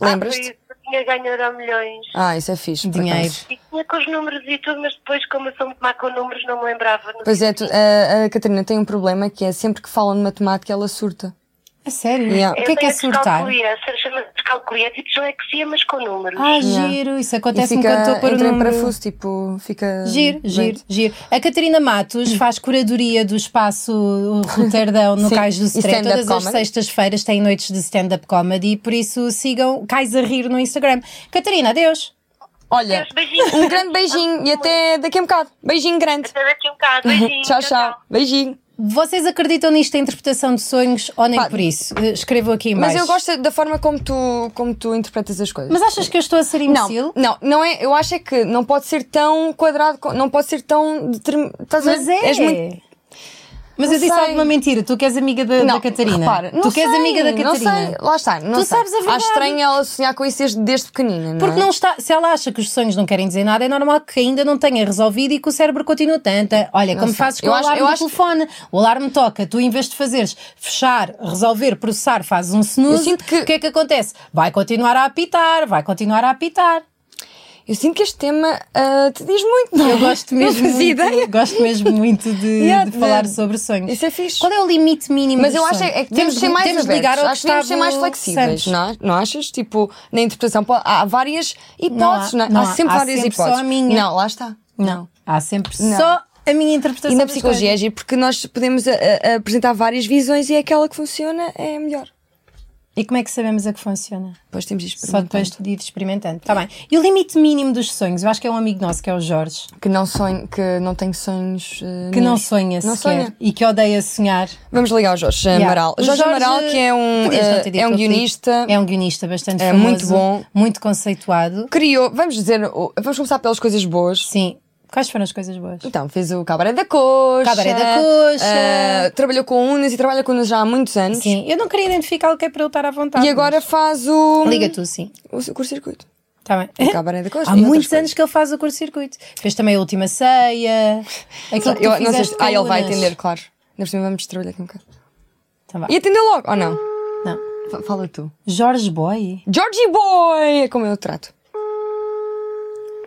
[SPEAKER 2] Lembras-te?
[SPEAKER 4] Ah, foi- eu tinha ganho euro milhões.
[SPEAKER 2] Ah, isso é fixe. por
[SPEAKER 1] Dinheiro.
[SPEAKER 2] acaso.
[SPEAKER 4] E tinha com os números e tudo, mas depois, como eu sou muito má com números, não me lembrava. Não
[SPEAKER 2] Pois é, tu- a, a Catarina tem um problema que é sempre que falam de matemática ela surta.
[SPEAKER 1] A sério?
[SPEAKER 2] Yeah.
[SPEAKER 1] O que é que é surtar?
[SPEAKER 4] Descalculia, chama-se descalculia, tipo dislexia, mas com números.
[SPEAKER 1] Ah,
[SPEAKER 2] Yeah.
[SPEAKER 1] giro, isso
[SPEAKER 2] E
[SPEAKER 1] acontece me
[SPEAKER 2] fica,
[SPEAKER 1] quando estou a pôr o
[SPEAKER 2] entra em
[SPEAKER 1] número.
[SPEAKER 2] parafuso, tipo, fica.
[SPEAKER 1] Giro,
[SPEAKER 2] doente.
[SPEAKER 1] giro, giro. A Catarina
[SPEAKER 2] [CLEARS THROAT]
[SPEAKER 1] Matos faz curadoria do espaço Roterdão no
[SPEAKER 2] Sim,
[SPEAKER 1] Cais do
[SPEAKER 2] e
[SPEAKER 1] Stré.
[SPEAKER 2] stand-up
[SPEAKER 1] Todas as
[SPEAKER 2] comedy.
[SPEAKER 1] sextas-feiras tem noites de stand-up comedy e por isso sigam Cais a Rir no Instagram. Catarina, adeus.
[SPEAKER 2] Olha,
[SPEAKER 4] Deus, beijinhos.
[SPEAKER 2] um grande beijinho e até daqui a um bocado. Beijinho grande.
[SPEAKER 4] Até daqui um
[SPEAKER 1] [LAUGHS]
[SPEAKER 4] bocado. Beijinho,
[SPEAKER 2] Tchau, tchau. Beijinho.
[SPEAKER 1] Vocês acreditam nisto da interpretação de sonhos ou nem
[SPEAKER 2] Pá,
[SPEAKER 1] por isso? Eh, Escrevo aqui em
[SPEAKER 2] Mas
[SPEAKER 1] baixo.
[SPEAKER 2] eu gosto da forma como tu, como tu interpretas as coisas.
[SPEAKER 1] Mas é um achas que eu estou a ser imbecil?
[SPEAKER 2] não, não, não é. Eu acho é que não pode ser tão quadrado, co- não pode ser tão determinado.
[SPEAKER 1] Mas é.
[SPEAKER 2] És muito,
[SPEAKER 1] Mas
[SPEAKER 2] Não
[SPEAKER 1] eu disse
[SPEAKER 2] sei.
[SPEAKER 1] alguma mentira. Tu queres amiga da, da Catarina.
[SPEAKER 2] repara, não
[SPEAKER 1] tu queres
[SPEAKER 2] sei,
[SPEAKER 1] amiga da Catarina.
[SPEAKER 2] Não sei, lá está. Não
[SPEAKER 1] Tu
[SPEAKER 2] sei.
[SPEAKER 1] sabes a verdade.
[SPEAKER 2] Acho estranho ela sonhar com isso desde, desde pequenina. Não
[SPEAKER 1] Porque
[SPEAKER 2] é?
[SPEAKER 1] não está, se ela acha que os sonhos não querem dizer nada, é normal que ainda não tenha resolvido e que o cérebro continue tanta. Olha, como
[SPEAKER 2] sei.
[SPEAKER 1] fazes com
[SPEAKER 2] Eu
[SPEAKER 1] o
[SPEAKER 2] acho-
[SPEAKER 1] alarme
[SPEAKER 2] eu
[SPEAKER 1] do
[SPEAKER 2] acho-
[SPEAKER 1] telefone. O alarme toca, tu em vez de fazeres fechar, resolver, processar, fazes um
[SPEAKER 2] Eu
[SPEAKER 1] snooze.
[SPEAKER 2] sinto que-
[SPEAKER 1] O que é que acontece? Vai continuar a apitar, vai continuar a apitar.
[SPEAKER 2] Eu sinto que este tema ah, te diz muito, não é?
[SPEAKER 1] Eu gosto
[SPEAKER 2] [LAUGHS] Não
[SPEAKER 1] mesmo,
[SPEAKER 2] fazia
[SPEAKER 1] muito,
[SPEAKER 2] ideia.
[SPEAKER 1] Gosto mesmo muito
[SPEAKER 2] [LAUGHS]
[SPEAKER 1] de,
[SPEAKER 2] Yeah,
[SPEAKER 1] de
[SPEAKER 2] de-
[SPEAKER 1] falar sobre sonhos.
[SPEAKER 2] Isso é fixe.
[SPEAKER 1] Qual é o limite mínimo
[SPEAKER 2] Mas
[SPEAKER 1] dos
[SPEAKER 2] eu acho é
[SPEAKER 1] sonhos?
[SPEAKER 2] que temos de ser mais
[SPEAKER 1] temos de
[SPEAKER 2] abertos.
[SPEAKER 1] ligar ao
[SPEAKER 2] acho que temos de ser mais
[SPEAKER 1] Gustavo
[SPEAKER 2] flexíveis,
[SPEAKER 1] Santos.
[SPEAKER 2] não, é? não achas? Tipo, na interpretação pô, há várias hipóteses, não,
[SPEAKER 1] há-
[SPEAKER 2] é?
[SPEAKER 1] não
[SPEAKER 2] há,
[SPEAKER 1] há.
[SPEAKER 2] sempre
[SPEAKER 1] Há
[SPEAKER 2] várias
[SPEAKER 1] sempre só
[SPEAKER 2] hipóteses.
[SPEAKER 1] a minha.
[SPEAKER 2] Não, lá está.
[SPEAKER 1] Não, há sempre
[SPEAKER 2] Não.
[SPEAKER 1] só a minha interpretação.
[SPEAKER 2] E na
[SPEAKER 1] das
[SPEAKER 2] psicologia é giro porque nós podemos a- a- a apresentar várias visões e aquela que funciona é a melhor.
[SPEAKER 1] coisas. E como é que sabemos a que funciona?
[SPEAKER 2] Depois temos de
[SPEAKER 1] Só
[SPEAKER 2] experimentar.
[SPEAKER 1] depois de ir experimentando. Tá bem. E o limite mínimo dos sonhos? Eu acho que é um amigo nosso, que é o Jorge,
[SPEAKER 2] Que não, sonho, que não tenho sonhos. eh,
[SPEAKER 1] que não
[SPEAKER 2] meus.
[SPEAKER 1] sonha
[SPEAKER 2] Não
[SPEAKER 1] sequer
[SPEAKER 2] sonha.
[SPEAKER 1] e que odeia sonhar.
[SPEAKER 2] Vamos ligar ao Jorge
[SPEAKER 1] Yeah.
[SPEAKER 2] Amaral.
[SPEAKER 1] O
[SPEAKER 2] Jorge, Amaral, que é um,
[SPEAKER 1] Podias não
[SPEAKER 2] eh,
[SPEAKER 1] ter dito
[SPEAKER 2] é um
[SPEAKER 1] o que
[SPEAKER 2] guionista.
[SPEAKER 1] É um guionista bastante
[SPEAKER 2] É
[SPEAKER 1] famoso.
[SPEAKER 2] muito bom.
[SPEAKER 1] Muito conceituado.
[SPEAKER 2] Criou, vamos dizer, o- vamos começar pelas coisas boas.
[SPEAKER 1] Sim. Quais foram as coisas boas?
[SPEAKER 2] Então, fez o Cabaré da Coxa.
[SPEAKER 1] Cabaré da Coxa.
[SPEAKER 2] eh, trabalhou com Unas e trabalha com Unas já há muitos anos.
[SPEAKER 1] Sim. Eu não queria identificar o que é para eu estar à vontade.
[SPEAKER 2] E agora um faz o.
[SPEAKER 1] mas- Liga tu, sim.
[SPEAKER 2] O seu curto-circuito.
[SPEAKER 1] Tá bem.
[SPEAKER 2] O Cabaré da
[SPEAKER 1] [LAUGHS] Há
[SPEAKER 2] Coxa. e outras
[SPEAKER 1] muitos
[SPEAKER 2] coisas.
[SPEAKER 1] anos que ele faz o curto-circuito. Fez também a última ceia. Aquilo que tu
[SPEAKER 2] Eu não sei
[SPEAKER 1] fizeste
[SPEAKER 2] se-
[SPEAKER 1] com
[SPEAKER 2] Ah, ele vai
[SPEAKER 1] Unas.
[SPEAKER 2] atender, claro. Nós também vamos trabalhar aqui um bocado.
[SPEAKER 1] Tá bem.
[SPEAKER 2] E atender logo, ou não?
[SPEAKER 1] Não.
[SPEAKER 2] Fa- Fala tu.
[SPEAKER 1] Jorge Boy?
[SPEAKER 2] Georgie Boy! É como eu o trato.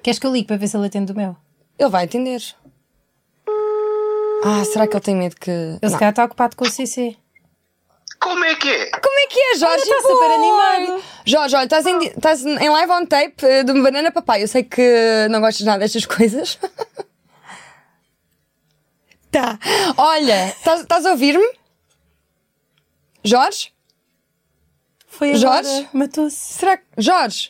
[SPEAKER 1] Queres que eu ligue para ver se ele atende o meu?
[SPEAKER 2] Ele vai atender. Ah, será que ele tem medo que.
[SPEAKER 1] Ele
[SPEAKER 2] Não.
[SPEAKER 1] se calhar está ocupado com o CC.
[SPEAKER 3] Como é que é?
[SPEAKER 2] Como é que é, Jorge?
[SPEAKER 1] Olha, tá super animado.
[SPEAKER 2] Jorge, olha, estás em, estás em live on tape eh, do Banana Papai. Eu sei que não gostas nada destas coisas. [LAUGHS] tá. Olha, estás, estás a ouvir-me? Jorge?
[SPEAKER 1] Foi
[SPEAKER 2] agora.
[SPEAKER 1] Jorge? Matou-se.
[SPEAKER 2] Será que. Ah. Jorge?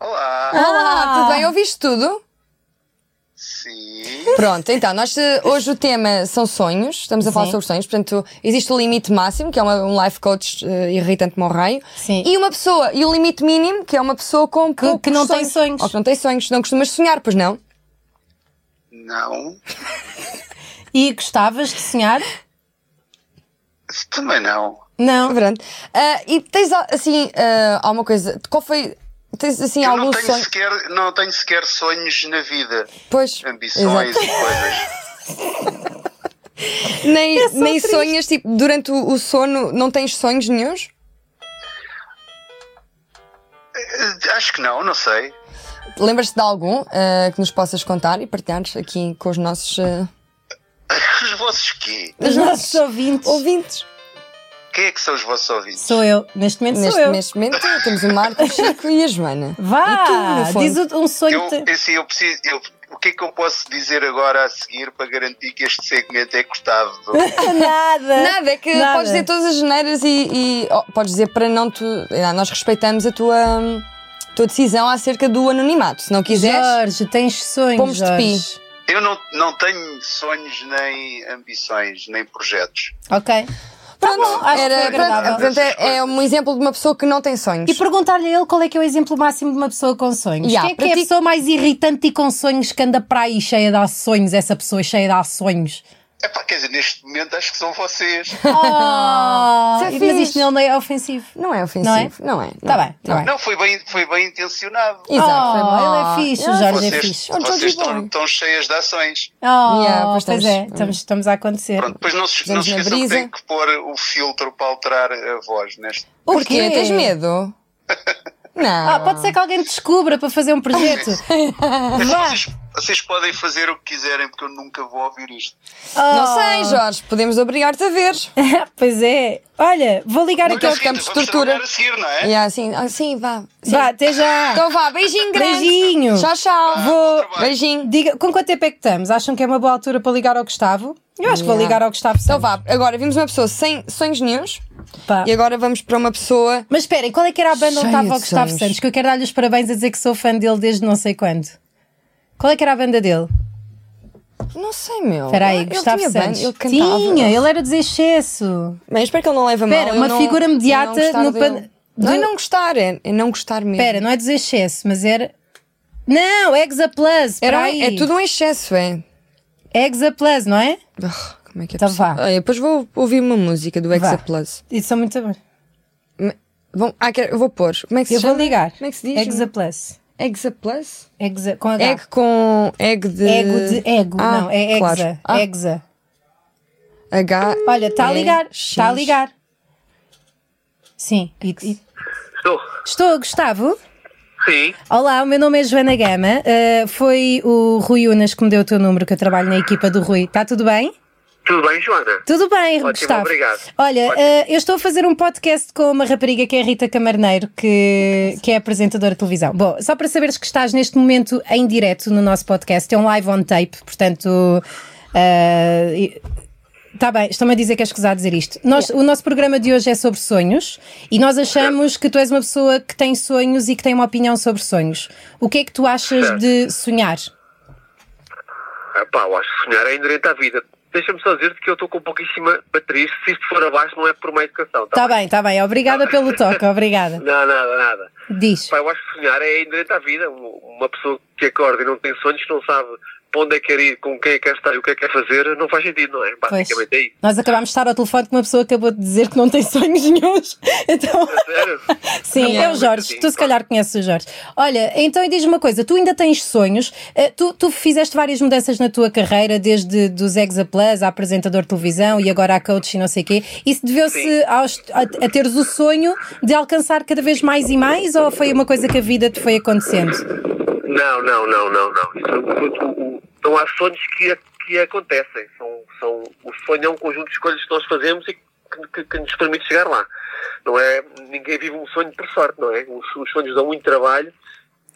[SPEAKER 3] Olá.
[SPEAKER 2] Olá, tudo bem? Ouviste tudo?
[SPEAKER 3] Sim.
[SPEAKER 2] Pronto, então, nós eh, hoje o tema são sonhos, estamos a falar
[SPEAKER 1] Sim.
[SPEAKER 2] sobre sonhos, portanto, existe o limite máximo, que é uma- um life coach eh, irritante como ao raio,
[SPEAKER 1] Sim.
[SPEAKER 2] e uma pessoa, e o limite mínimo, que é uma pessoa com poucos
[SPEAKER 1] que não tem sonhos.
[SPEAKER 2] Ou que não tem sonhos, não costumas sonhar, pois não?
[SPEAKER 3] Não.
[SPEAKER 1] E gostavas de sonhar?
[SPEAKER 3] Também não.
[SPEAKER 1] Não.
[SPEAKER 2] Pronto. Ah, e tens ah, assim, ah, alguma coisa, qual foi, tens assim
[SPEAKER 3] Eu
[SPEAKER 2] algum
[SPEAKER 3] não tenho,
[SPEAKER 2] sonho?
[SPEAKER 3] sequer, não tenho sequer sonhos na vida.
[SPEAKER 2] Pois,
[SPEAKER 3] Ambições
[SPEAKER 2] exato.
[SPEAKER 3] e coisas.
[SPEAKER 2] nem, nem sonhas, tipo, durante o, o sono não tens sonhos nenhums?
[SPEAKER 3] Eh, Acho que não, não sei.
[SPEAKER 2] Lembras-te de algum ah, que nos possas contar e partilhar aqui com os nossos... ah,
[SPEAKER 3] Os vossos quê?
[SPEAKER 1] Os nossos ouvintes.
[SPEAKER 2] ouvintes.
[SPEAKER 3] Quem é que são os vossos ouvintes?
[SPEAKER 1] Sou eu. Neste momento sou
[SPEAKER 2] Neste,
[SPEAKER 1] eu.
[SPEAKER 2] neste momento temos o Marco, o Chico e a Joana. E tu, no
[SPEAKER 1] Vá!
[SPEAKER 2] fundo.
[SPEAKER 1] Diz o- um sonho.
[SPEAKER 3] Eu,
[SPEAKER 1] que te-
[SPEAKER 3] assim, eu preciso, eu- o que é que eu posso dizer agora a seguir para garantir que este segmento é gostado?
[SPEAKER 1] Ah, Nada!
[SPEAKER 2] Nada, é que
[SPEAKER 1] Nada.
[SPEAKER 2] podes dizer todas as janeiras e, e, oh, podes dizer para não te. Ah, Nós respeitamos a tua, hum, tua decisão acerca do anonimato. Se não quiseres,
[SPEAKER 1] Jorge, tens sonhos.
[SPEAKER 2] pomos de pi.
[SPEAKER 1] Jorge.
[SPEAKER 3] Eu não, não tenho sonhos, nem ambições, nem projetos.
[SPEAKER 2] Tá
[SPEAKER 1] Ok.
[SPEAKER 2] pronto,
[SPEAKER 1] bom, acho que foi agradável.
[SPEAKER 2] pronto, pronto, é, é um exemplo de uma pessoa que não tem sonhos.
[SPEAKER 1] E perguntar-lhe a ele qual é que é o exemplo máximo de uma pessoa com sonhos.
[SPEAKER 2] Yeah,
[SPEAKER 1] Quem é
[SPEAKER 2] para
[SPEAKER 1] que é a
[SPEAKER 2] ti-
[SPEAKER 1] pessoa mais irritante e com sonhos que anda para aí cheia de ações, essa pessoa cheia de ações?
[SPEAKER 3] É pá, quer dizer, neste momento acho que são vocês.
[SPEAKER 1] [LAUGHS] Oh,
[SPEAKER 2] Isso é
[SPEAKER 1] mas
[SPEAKER 2] fixe.
[SPEAKER 1] isto não é ofensivo.
[SPEAKER 2] Não é ofensivo, não é?
[SPEAKER 1] Tá bem, tá bem.
[SPEAKER 3] Não, foi bem, foi bem intencionado.
[SPEAKER 2] Exato, foi
[SPEAKER 1] Oh,
[SPEAKER 2] bom.
[SPEAKER 1] ele é fixe, o
[SPEAKER 2] Ah,
[SPEAKER 1] Jorge é
[SPEAKER 3] Vocês,
[SPEAKER 1] fixe.
[SPEAKER 2] É um Jorge
[SPEAKER 3] vocês
[SPEAKER 2] bom.
[SPEAKER 3] estão, estão cheias de ações.
[SPEAKER 1] Oh,
[SPEAKER 2] Yeah,
[SPEAKER 1] pois
[SPEAKER 2] pois estamos-
[SPEAKER 1] é, estamos, estamos a acontecer.
[SPEAKER 3] Pronto, depois não se, não
[SPEAKER 2] Fizemos
[SPEAKER 3] se
[SPEAKER 2] na
[SPEAKER 3] esqueçam que
[SPEAKER 2] brisa.
[SPEAKER 3] têm que pôr o filtro para alterar a voz neste.
[SPEAKER 1] O
[SPEAKER 2] Porquê?
[SPEAKER 1] quê?
[SPEAKER 2] Tens medo? Não.
[SPEAKER 1] Ah, pode ser que alguém descubra para fazer um projeto.
[SPEAKER 3] Mas
[SPEAKER 1] Vá.
[SPEAKER 3] vocês, vocês podem fazer o que quiserem, porque eu nunca vou ouvir isto.
[SPEAKER 2] [LAUGHS] Não
[SPEAKER 1] Oh,
[SPEAKER 2] sei, Jorge, podemos obrigar-te a ver.
[SPEAKER 1] [LAUGHS] Pois é. Olha, vou ligar
[SPEAKER 3] Mas,
[SPEAKER 1] aquele.
[SPEAKER 2] Aqueles
[SPEAKER 3] Rita,
[SPEAKER 2] campos de
[SPEAKER 3] vamos
[SPEAKER 2] tortura.
[SPEAKER 3] trabalhar a seguir, não é?
[SPEAKER 2] Yeah, assim, ah, sim, vá. Sim.
[SPEAKER 1] Vá, até já.
[SPEAKER 2] Então vá, beijinho grande.
[SPEAKER 1] Beijinho.
[SPEAKER 2] Tchau, tchau.
[SPEAKER 1] Vou.
[SPEAKER 2] Beijinho.
[SPEAKER 1] Diga, com quanto tempo é que estamos? Acham que é uma boa altura para ligar ao Gustavo? Eu acho que vou
[SPEAKER 2] Yeah.
[SPEAKER 1] ligar ao Gustavo
[SPEAKER 2] Então
[SPEAKER 1] Santos.
[SPEAKER 2] vá, agora vimos uma pessoa sem sonhos nenhuns
[SPEAKER 1] Pá.
[SPEAKER 2] e agora vamos para uma pessoa.
[SPEAKER 1] Mas esperem, qual é que era a banda onde
[SPEAKER 2] Cheia
[SPEAKER 1] estava o
[SPEAKER 2] de
[SPEAKER 1] Gustavo
[SPEAKER 2] sonhos.
[SPEAKER 1] Santos? Que eu quero dar-lhe os parabéns a dizer que sou fã dele desde não sei quando. Qual é que era a banda dele?
[SPEAKER 2] Não sei, meu.
[SPEAKER 1] Espera aí,
[SPEAKER 2] Ele
[SPEAKER 1] Gustavo
[SPEAKER 2] tinha bem,
[SPEAKER 1] Santos.
[SPEAKER 2] ele cantava.
[SPEAKER 1] Tinha, ele era dos excesso.
[SPEAKER 2] Mas espero que ele não leva mal.
[SPEAKER 1] Espera,
[SPEAKER 2] eu
[SPEAKER 1] uma
[SPEAKER 2] não-
[SPEAKER 1] figura
[SPEAKER 2] eu não
[SPEAKER 1] imediata
[SPEAKER 2] gostar
[SPEAKER 1] no
[SPEAKER 2] dele.
[SPEAKER 1] pan-
[SPEAKER 2] Não é
[SPEAKER 1] do-
[SPEAKER 2] não gostar, é, é não gostar mesmo.
[SPEAKER 1] Espera, não é dos excesso, mas era. Não, Exa Plus,
[SPEAKER 2] Era um-
[SPEAKER 1] espera aí.
[SPEAKER 2] é tudo um excesso, é.
[SPEAKER 1] Exa Plus, não é?
[SPEAKER 2] Ah, como é que é
[SPEAKER 1] Então
[SPEAKER 2] possível?
[SPEAKER 1] vá.
[SPEAKER 2] Olha, depois vou ouvir uma música do
[SPEAKER 1] Vá.
[SPEAKER 2] Exa Plus.
[SPEAKER 1] Isso é muito bom.
[SPEAKER 2] Me- Vão, ah, quero- eu vou pôr. Como é que se
[SPEAKER 1] Eu vou
[SPEAKER 2] chama?
[SPEAKER 1] ligar.
[SPEAKER 2] Como é que se diz?
[SPEAKER 1] Exa Plus.
[SPEAKER 2] Exa Plus?
[SPEAKER 1] Exa, com H.
[SPEAKER 2] Egg com. Egg de.
[SPEAKER 1] é Ego de ego,
[SPEAKER 2] Ah,
[SPEAKER 1] não, é exa.
[SPEAKER 2] claro. Ah,
[SPEAKER 1] Exa.
[SPEAKER 2] H.
[SPEAKER 1] Olha, está a ligar, está a
[SPEAKER 2] X.
[SPEAKER 1] ligar. Sim, e- e-
[SPEAKER 3] Estou.
[SPEAKER 1] estou, Gustavo?
[SPEAKER 3] Sim.
[SPEAKER 1] Olá, o meu nome é Joana Gama. Uh, foi o Rui Unas que me deu o teu número, que eu trabalho na equipa do Rui. Está tudo bem?
[SPEAKER 3] Tudo bem, Joana?
[SPEAKER 1] Tudo bem,
[SPEAKER 3] Ótimo,
[SPEAKER 1] Gustavo.
[SPEAKER 3] obrigado.
[SPEAKER 1] Olha,
[SPEAKER 3] Ótimo.
[SPEAKER 1] eh, eu estou a fazer um podcast com uma rapariga que é a Rita Camarneiro, que, que é apresentadora de televisão. Bom, só para saberes que estás neste momento em direto no nosso podcast, é um live on tape, portanto. eh, Está bem, estão-me a dizer que é escusado dizer isto. Nós, O nosso programa de hoje é sobre sonhos e nós achamos que tu és uma pessoa que tem sonhos e que tem uma opinião sobre sonhos. O que é que tu achas
[SPEAKER 5] Certo.
[SPEAKER 1] de sonhar?
[SPEAKER 5] Ah, pá, eu acho que sonhar é inerente à vida. Deixa-me só dizer-te que eu estou com pouquíssima matriz. Se isto for abaixo, não é por má educação. Tá
[SPEAKER 1] Está bem, está bem. Obrigada pelo toque, obrigada.
[SPEAKER 5] Não, nada, nada.
[SPEAKER 1] Diz.
[SPEAKER 5] Pá, eu acho que sonhar é inerente à vida. Um- Uma pessoa que acorda e não tem sonhos, que não sabe para onde é que quer ir, com quem é que quer estar e o que é que quer fazer, não faz sentido, não é?
[SPEAKER 1] Pois.
[SPEAKER 5] Basicamente é isso.
[SPEAKER 1] Nós acabámos de estar ao telefone com uma pessoa que acabou de dizer que não tem sonhos nenhuns. [LAUGHS] Então.
[SPEAKER 5] Sério?
[SPEAKER 1] Sim, é o Jorge. Tu se calhar conheces o Jorge. Olha, então e diz-me uma coisa: tu ainda tens sonhos? Eh, Tu, tu fizeste várias mudanças na tua carreira, desde dos Exa Plus a apresentador de televisão e agora a coach e não sei o quê. Isso deveu-se aos- a, a teres o sonho de alcançar cada vez mais e mais? Ou foi uma coisa que a vida te foi acontecendo?
[SPEAKER 5] Não, não, não, não, não. Isso, o- o- o- não há sonhos que, que acontecem. São, são, o sonho é um conjunto de escolhas que nós fazemos e que, que- que nos permite chegar lá. Não é, ninguém vive um sonho por sorte, não é? Os, os sonhos dão muito trabalho,